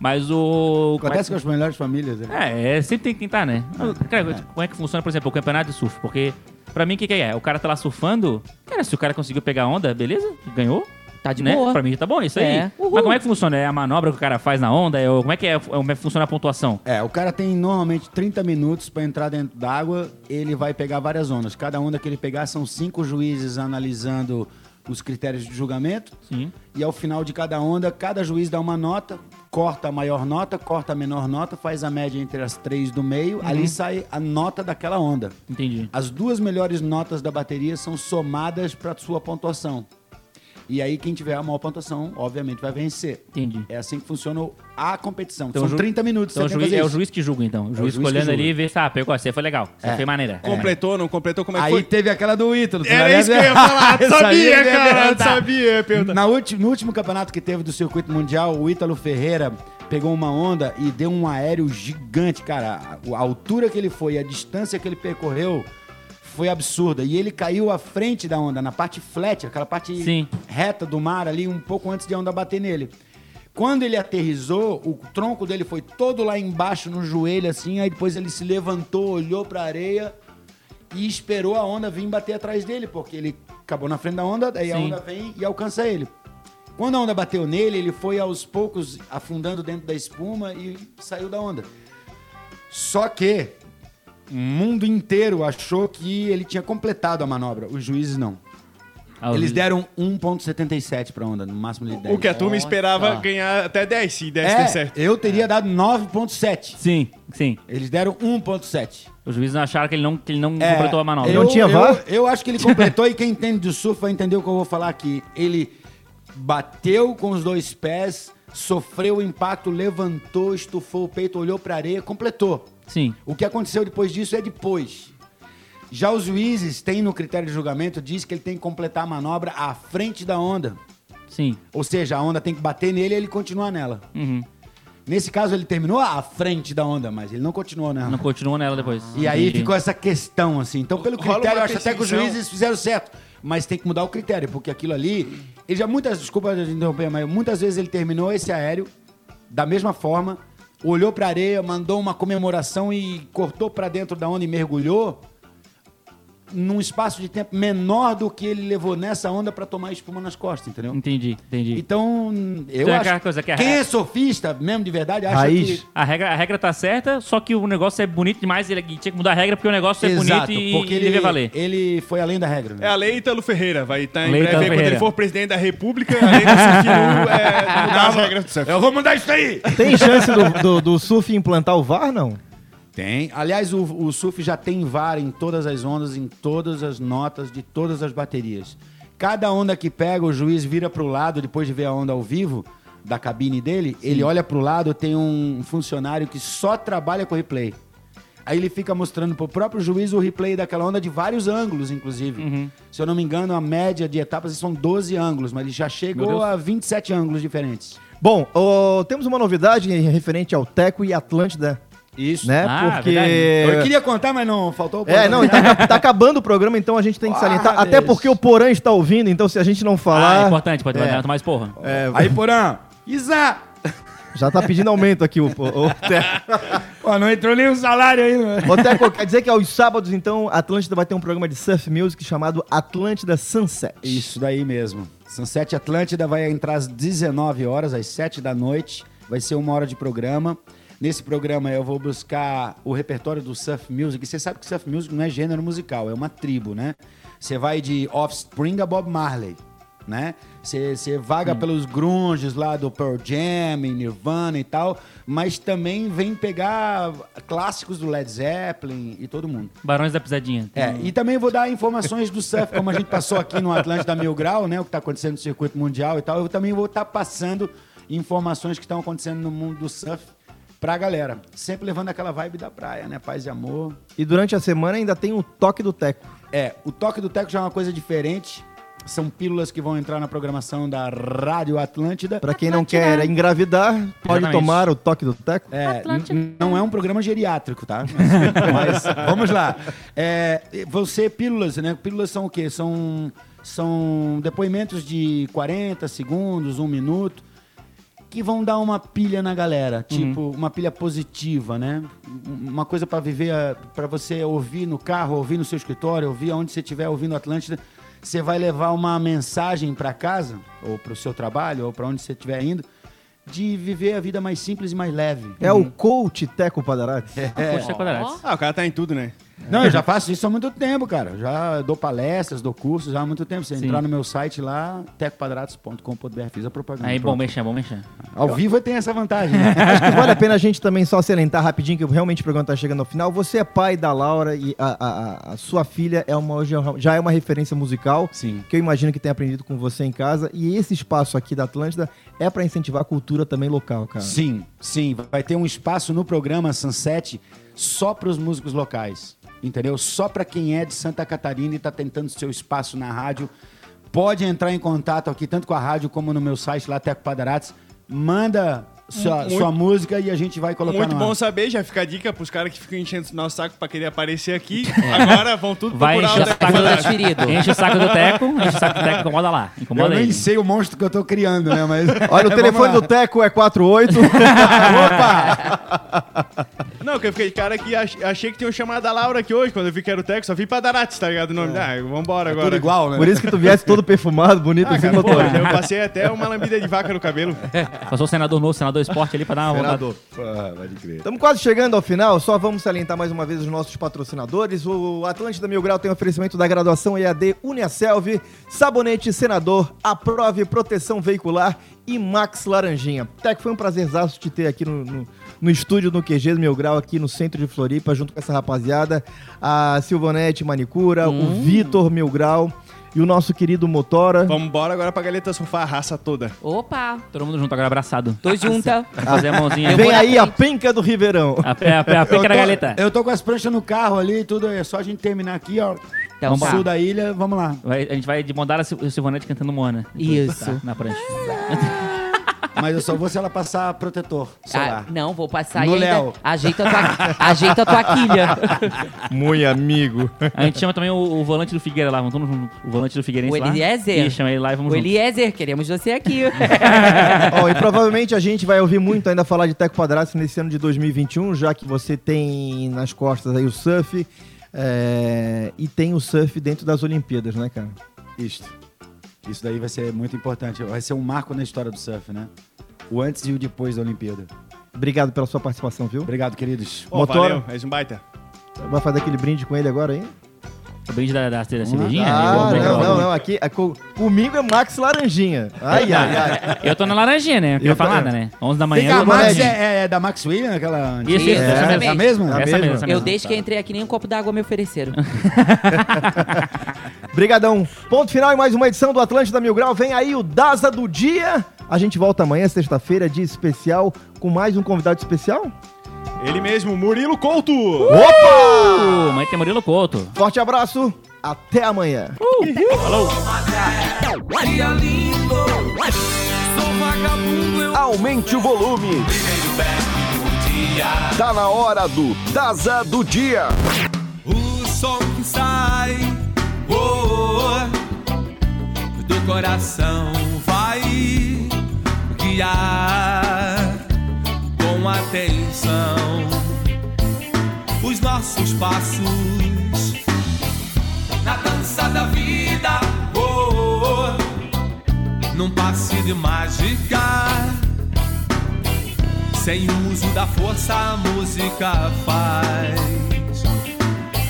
D: Mas o. como é que-
F: Acontece com as melhores famílias. né?
D: É, é, sempre tem que tentar, né? Cara, como é que funciona, por exemplo, o campeonato de surf? Porque, pra mim, o que, que é? O cara tá lá surfando, cara, se o cara conseguiu pegar a onda, beleza, ganhou.
E: Tá de
D: né?
E: boa.
D: Pra mim já tá bom, isso aí.
E: É. Uhul.
D: Mas como é que funciona? É a manobra que o cara faz na onda? É, o- como, é que é, como é que funciona a pontuação?
F: É, o cara tem normalmente 30 minutos pra entrar dentro d'água, ele vai pegar várias ondas. Cada onda que ele pegar são cinco juízes analisando os critérios de julgamento.
D: Sim.
F: E ao final de cada onda, cada juiz dá uma nota, corta a maior nota, corta a menor nota, faz a média entre as três do meio, ali sai a nota daquela onda.
D: Uhum. Entendi.
F: As duas melhores notas da bateria são somadas pra sua pontuação. E aí quem tiver a maior pontuação, obviamente, vai vencer.
D: Entendi.
F: É assim que funciona a competição.
D: Então, o
F: são
D: ju-
F: 30 minutos.
D: Então, o
F: você tem que
D: juiz,
F: fazer
D: é o
F: isso.
D: juiz que julga, então. O juiz,
F: juiz que
D: escolhendo ali
F: julga. É.
D: e vê, tá, pegou, você foi legal, você foi maneira.
C: É. Completou, não completou, como é que
F: Aí
C: foi?
F: teve aquela do Ítalo. tu
C: Era
F: não
C: isso que eu
F: lembra?
C: ia falar.
F: Essa é aí eu
C: sabia,
F: ia
C: cara.
D: tá.
F: perguntar.
C: Sabia, pergunta.
F: Na ulti- no último campeonato que teve do circuito mundial, o Ítalo Ferreira pegou uma onda e deu um aéreo gigante, cara. A a altura que ele foi, e a distância que ele percorreu foi absurda. E ele caiu à frente da onda, na parte flat, aquela parte
D: Sim.
F: reta do mar ali, um pouco antes de a onda bater nele. Quando ele aterrizou, o tronco dele foi todo lá embaixo, no joelho, assim. Aí depois ele se levantou, olhou pra areia e esperou a onda vir bater atrás dele, porque ele acabou na frente da onda, daí a
D: Sim.
F: onda vem e alcança ele. Quando a onda bateu nele, ele foi aos poucos afundando dentro da espuma e saiu da onda. Só que o mundo inteiro achou que ele tinha completado a manobra, os juízes não.
D: Ah, o
F: Eles
D: juiz-
F: deram 1.77 pra onda, no máximo de 10.
C: O que a turma esperava ganhar até 10, se 10 der
F: é,
C: certo.
F: eu teria dado 9.7.
D: Sim, sim.
F: Eles deram 1.7.
D: Os juízes acharam que ele não, que ele não
F: É,
D: completou a manobra.
B: Ele não tinha VAR?
F: Eu, eu acho que ele completou e quem entende de surf vai entender o que eu vou falar aqui. Ele bateu com os dois pés, sofreu o impacto, levantou, estufou o peito, olhou pra areia, completou.
D: Sim.
F: O que aconteceu depois disso é depois. Já os juízes têm no critério de julgamento, diz que ele tem que completar a manobra à frente da onda.
D: Sim.
F: Ou seja, a onda tem que bater nele e ele continuar nela.
D: Uhum.
F: Nesse caso, ele terminou à frente da onda, mas ele não continuou né? nela.
D: Não continuou nela depois.
F: E aí
D: Entendi.
F: ficou essa questão, assim. Então, pelo
C: Rola
F: critério,
C: uma
F: eu acho até que os
C: perseguição.
F: juízes fizeram certo. Mas tem que mudar o critério, porque aquilo ali. Ele já muitas. Desculpa de interromper, mas muitas vezes ele terminou esse aéreo da mesma forma, olhou pra areia, mandou uma comemoração e cortou pra dentro da onda e mergulhou. Num espaço de tempo menor do que ele levou nessa onda pra tomar espuma nas costas, entendeu?
D: Entendi, entendi.
F: Então, eu
D: Então é aquela
F: acho.
D: coisa que a
F: quem
D: re-
F: é surfista mesmo de verdade acha
B: Raiz.
F: que.
D: A regra, a regra tá certa, só que o negócio é bonito demais. Ele tinha que mudar a regra porque o negócio é
F: Exato,
D: bonito e
F: porque
D: ele devia valer.
F: ele foi além da regra. né?
C: É a lei Ítalo Ferreira, vai estar em
D: Lei
C: breve.
D: Ítalo
C: aí, Quando
D: Ferreira.
C: ele for presidente da república, a lei do surf nu é mudar as regras do surf.
F: Eu vou mudar isso aí!
B: Tem chance do, do, do surf implantar o VAR, não?
F: Tem. Aliás, o, o surf já tem VAR em todas as ondas, em todas as notas, de todas as baterias. Cada onda que pega, o juiz vira pro lado, depois de ver a onda ao vivo da cabine dele, ele olha pro lado, tem um funcionário que só trabalha com replay. Aí ele fica mostrando pro próprio juiz o replay daquela onda de vários ângulos, inclusive.
B: Uhum.
F: Se eu não me engano, a média de etapas são 12 ângulos, mas ele já chegou a 27 ângulos diferentes.
B: Bom, ô, temos uma novidade referente ao Teco e Atlântida,
F: Isso.
B: né?
D: Ah,
B: Porque.
F: Eu queria contar, mas não faltou o
B: É,
F: programa.
B: não, e tá, tá acabando o programa, então a gente tem que salientar.
F: Ah,
B: até
F: Deus.
B: porque o Porã está ouvindo, então se a gente não
D: Ah, é
B: falar.
D: importante, pode levantar mais porra.
F: Aí, Porã. Isa!
B: já tá pedindo aumento aqui o, o, o Teco.
F: Pô, não entrou nem o salário aí,
C: né?
F: mano.
B: Ô, Teco, quer dizer que aos sábados, então, a Atlântida vai ter um programa de surf music chamado Atlântida Sunset.
F: Isso daí mesmo. Sunset Atlântida vai entrar às 19 horas, às 7 da noite. Vai ser uma hora de programa. Nesse programa eu vou buscar o repertório do surf music. Você sabe que surf music não é gênero musical, é uma tribo, né? Você vai de Offspring a Bob Marley, né? Você você vaga pelos grunges lá do Pearl Jam, Nirvana e tal, mas também vem pegar clássicos do Led Zeppelin e todo mundo.
D: Barões da Pisadinha.
F: É, e também vou dar informações do surf, como a gente passou aqui no Atlântida Mil Grau, né? O que está acontecendo no circuito mundial e tal. Eu também vou estar passando informações que estão acontecendo no mundo do surf pra galera. Sempre levando aquela vibe da praia, né? Paz e amor.
B: E durante a semana ainda tem o toque do Teco.
F: É, o toque do Teco já é uma coisa diferente. São pílulas que vão entrar na programação da Rádio Atlântida.
B: Pra quem não quer engravidar, pode
D: Exatamente.
B: tomar o toque do Teco.
F: É, n- não é um programa geriátrico, tá? Mas vamos lá. É, vão ser pílulas, né? Pílulas são o quê? São, são depoimentos de 40 segundos, um minuto, que vão dar uma pilha na galera. Tipo, uma pilha positiva, né? Um- Uma coisa pra viver, a- pra você ouvir no carro, ouvir no seu escritório, ouvir onde você estiver ouvindo Atlântida. Você vai levar uma mensagem pra casa, ou pro seu trabalho, ou pra onde você estiver indo, de viver a vida mais simples e mais leve.
B: É o coach Teco Padarati.
F: É.
D: Poxa, quadrados.
C: Ah, o cara tá em tudo, né?
F: Não, eu já faço isso há muito tempo, cara. Eu Já dou palestras, dou cursos há muito tempo. Você entrar no meu site lá, tecopadratos.com.br, fiz a propaganda.
D: Aí, bom
F: Pronto.
D: mexer, bom mexer.
F: Ao vivo tem essa vantagem, né?
B: Acho que vale a pena a gente também só salientar rapidinho, que realmente o programa tá chegando ao final. Você é pai da Laura e a, a- a- a sua filha é uma, hoje já é uma referência musical.
F: Sim.
B: Que eu imagino que tenha aprendido com você em casa. E esse espaço aqui da Atlântida é pra incentivar a cultura também local, cara.
F: Sim, sim. Vai ter um espaço no programa Sunset só para os músicos locais, entendeu? Só para quem é de Santa Catarina e está tentando seu espaço na rádio. Pode entrar em contato aqui, tanto com a rádio como no meu site lá, Teco Padratos. Manda sua,
C: Muito-
F: sua música e a gente vai colocar
C: Muito
F: no
C: bom
F: ar.
C: saber, já fica a dica pros caras que ficam enchendo o nosso saco pra querer aparecer aqui.
F: É.
C: Agora vão tudo
D: Vai encher o
C: procurar o
D: saco
C: Teco
D: do Teco. Enche o saco do Teco, enche o saco do Teco, incomoda lá.
F: Eu
D: Incomoda
F: nem
D: ele.
F: sei o monstro que eu tô criando, né? Mas.
D: É,
B: Olha, o telefone do Teco é 48.
C: Não, que eu fiquei de cara que ach- achei que tinha um chamado da Laura aqui hoje, quando eu vi que era o Teco, só vi pra Darats, tá ligado? O nome. Ah, vambora agora.
F: É. Tudo igual, né?
B: Por isso que tu viesse todo perfumado, bonito,
C: Ah,
B: assim,
C: cara, pô,
B: doutor.
C: eu passei até uma lambida de vaca no cabelo.
F: É.
D: Passou o senador novo, senador esporte ali pra dar uma rodada.
B: Estamos quase chegando ao final, só vamos salientar mais uma vez os nossos patrocinadores. O Atlântida Mil Grau tem oferecimento da graduação EAD Uniaselv, Sabonete Senador, Aprove Proteção Veicular e Max Laranjinha. Teco, foi um prazerzaço te ter aqui no, no, no estúdio do QG do Mil Grau, aqui no centro de Floripa, junto com essa rapaziada, a Silvanete Manicura, o Vitor Mil Grau e o nosso querido Motora.
C: Vamos embora agora pra galera surfar a raça toda.
E: Opa,
D: Todo mundo junto agora, abraçado.
F: Ah,
E: tô junta.
D: Vamos fazer a mãozinha aí.
B: Vem aí a penca do Ribeirão.
D: A pé, a pé, a pé, que era a galeta.
F: Eu tô com as pranchas no carro ali e tudo, é só a gente terminar aqui, ó.
E: Então
F: sul da ilha, vamos lá.
D: Vai- a gente vai de Mondara e o Silvanete cantando Moana.
E: Isso.
D: Tá, na prancha.
F: Mas eu só vou se ela passar protetor
E: Ah,
F: solar.
E: não, vou passar
F: No
E: e ainda.
F: Léo.
E: Ajeita a tua, ajeita a tua quilha.
B: Muito amigo.
D: A gente chama também o, o volante do Figueira lá, vamos todo mundo junto. O volante do Figueirense
E: O
D: lá.
E: Eliezer.
D: E chama ele lá e vamos
E: O
D: junto.
E: Eliezer, queremos você aqui.
B: Ó, e provavelmente a gente vai ouvir muito ainda falar de Teco Padrasto nesse ano de 2021, já que você tem nas costas aí o surf é, e tem o surf dentro das Olimpíadas, né, cara?
D: Ah.
F: Isto. Isso daí vai ser muito importante. Vai ser um marco na história do surf, né? O antes e o depois da Olimpíada.
B: Obrigado pela sua participação, viu?
F: Obrigado, queridos.
C: Pô, é
B: Motora.
C: valeu, és um baita.
B: Vai fazer aquele brinde com ele agora, hein?
D: O brinde da, da, da cervejinha? é, né? Eu
B: Ah,
D: vou pegar
B: não,
D: logo.
B: não, não. Aqui, é co- comigo é Max Laranjinha. Ai, ai, ai.
D: Eu tô na laranjinha, né? Não quer
B: Eu tô-
D: falar nada, né? 11 da
F: Vem
D: manhã.
F: cá, a
D: eu-
F: Max é, é da Max William, aquela
D: Isso, isso,
E: Isso,
D: essa
E: é,
D: mesmo.
F: É a mesma?
D: Essa
B: mesma.
D: mesmo, essa
E: Eu
D: mesmo.
E: desde que entrei aqui, nem um copo d'água me ofereceram.
B: Brigadão. Ponto final em mais uma edição do Atlântida Mil Grau. Vem aí o Daza do Dia. A gente volta amanhã, sexta-feira, dia especial, com mais um convidado especial.
J: Ele mesmo, Murilo Couto!
D: Opa! Mas tipo, tem Murilo Couto.
B: Forte abraço, até amanhã.
A: é Aumente o volume. Tá na hora do Daza do Dia.
C: O som que sai oh, oh, oh, do coração vai guiar com atenção os nossos passos na dança da vida. Oh, oh, oh, num passe de mágica. Sem o uso da força, a música faz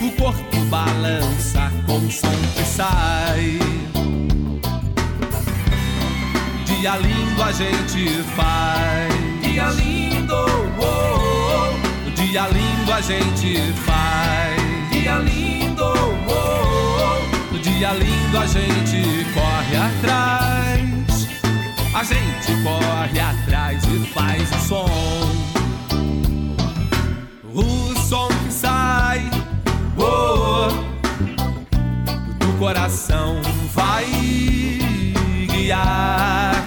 C: o corpo balança com o som que sai. Dia lindo a gente faz. Dia lindo, oh, oh. dia lindo a gente faz. Dia lindo, oh, oh. dia lindo a gente corre atrás. A gente corre atrás e faz o som. O som que sai oh, oh, do coração vai guiar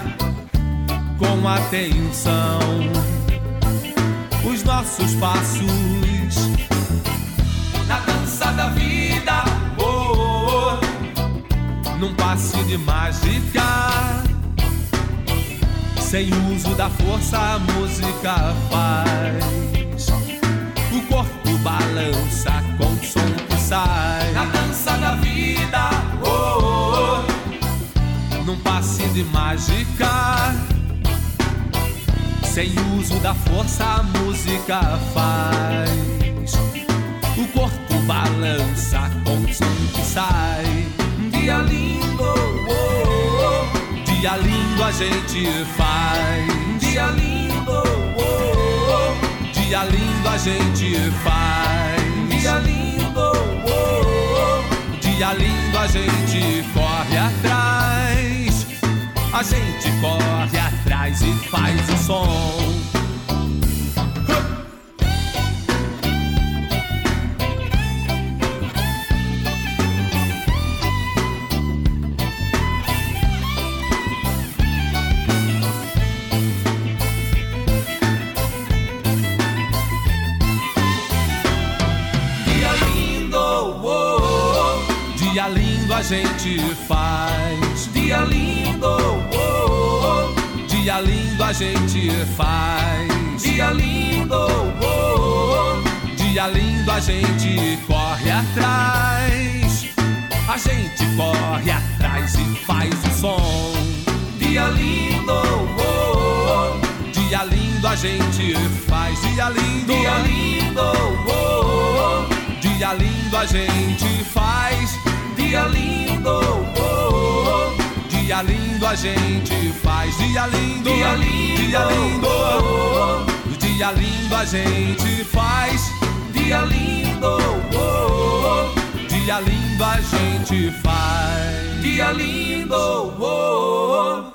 C: com atenção os nossos passos na dança da vida. Oh, oh, oh, num passe de mágica. Sem uso da força, a música faz. O corpo balança com o som que sai. Na dança da vida, oh, oh, oh, num passe de mágica. Sem uso da força, a música faz. O corpo balança com o som que sai. Dia lindo, oh, oh, oh, dia lindo a gente faz. Dia lindo, oh, oh, oh, Dia lindo a gente faz. Dia lindo, oh, oh, oh. dia lindo a gente corre atrás. A gente corre atrás e faz o som. Dia lindo, oh, oh, oh. dia lindo a gente faz. Dia lindo, oh, oh, oh. dia lindo a gente faz. Dia lindo, oh, oh, oh. dia lindo a gente corre atrás. A gente corre atrás e faz o som. Dia lindo, oh, oh, oh. dia lindo a gente faz. Dia lindo, dia lindo, oh, oh, oh. dia lindo a gente faz. Dia lindo, oh, oh, oh. dia lindo a gente faz. Dia lindo, dia lindo, dia lindo, oh, oh, oh. dia lindo a gente faz. Dia lindo, oh, oh, oh. Dia lindo a gente faz. Dia lindo. oh, oh, oh.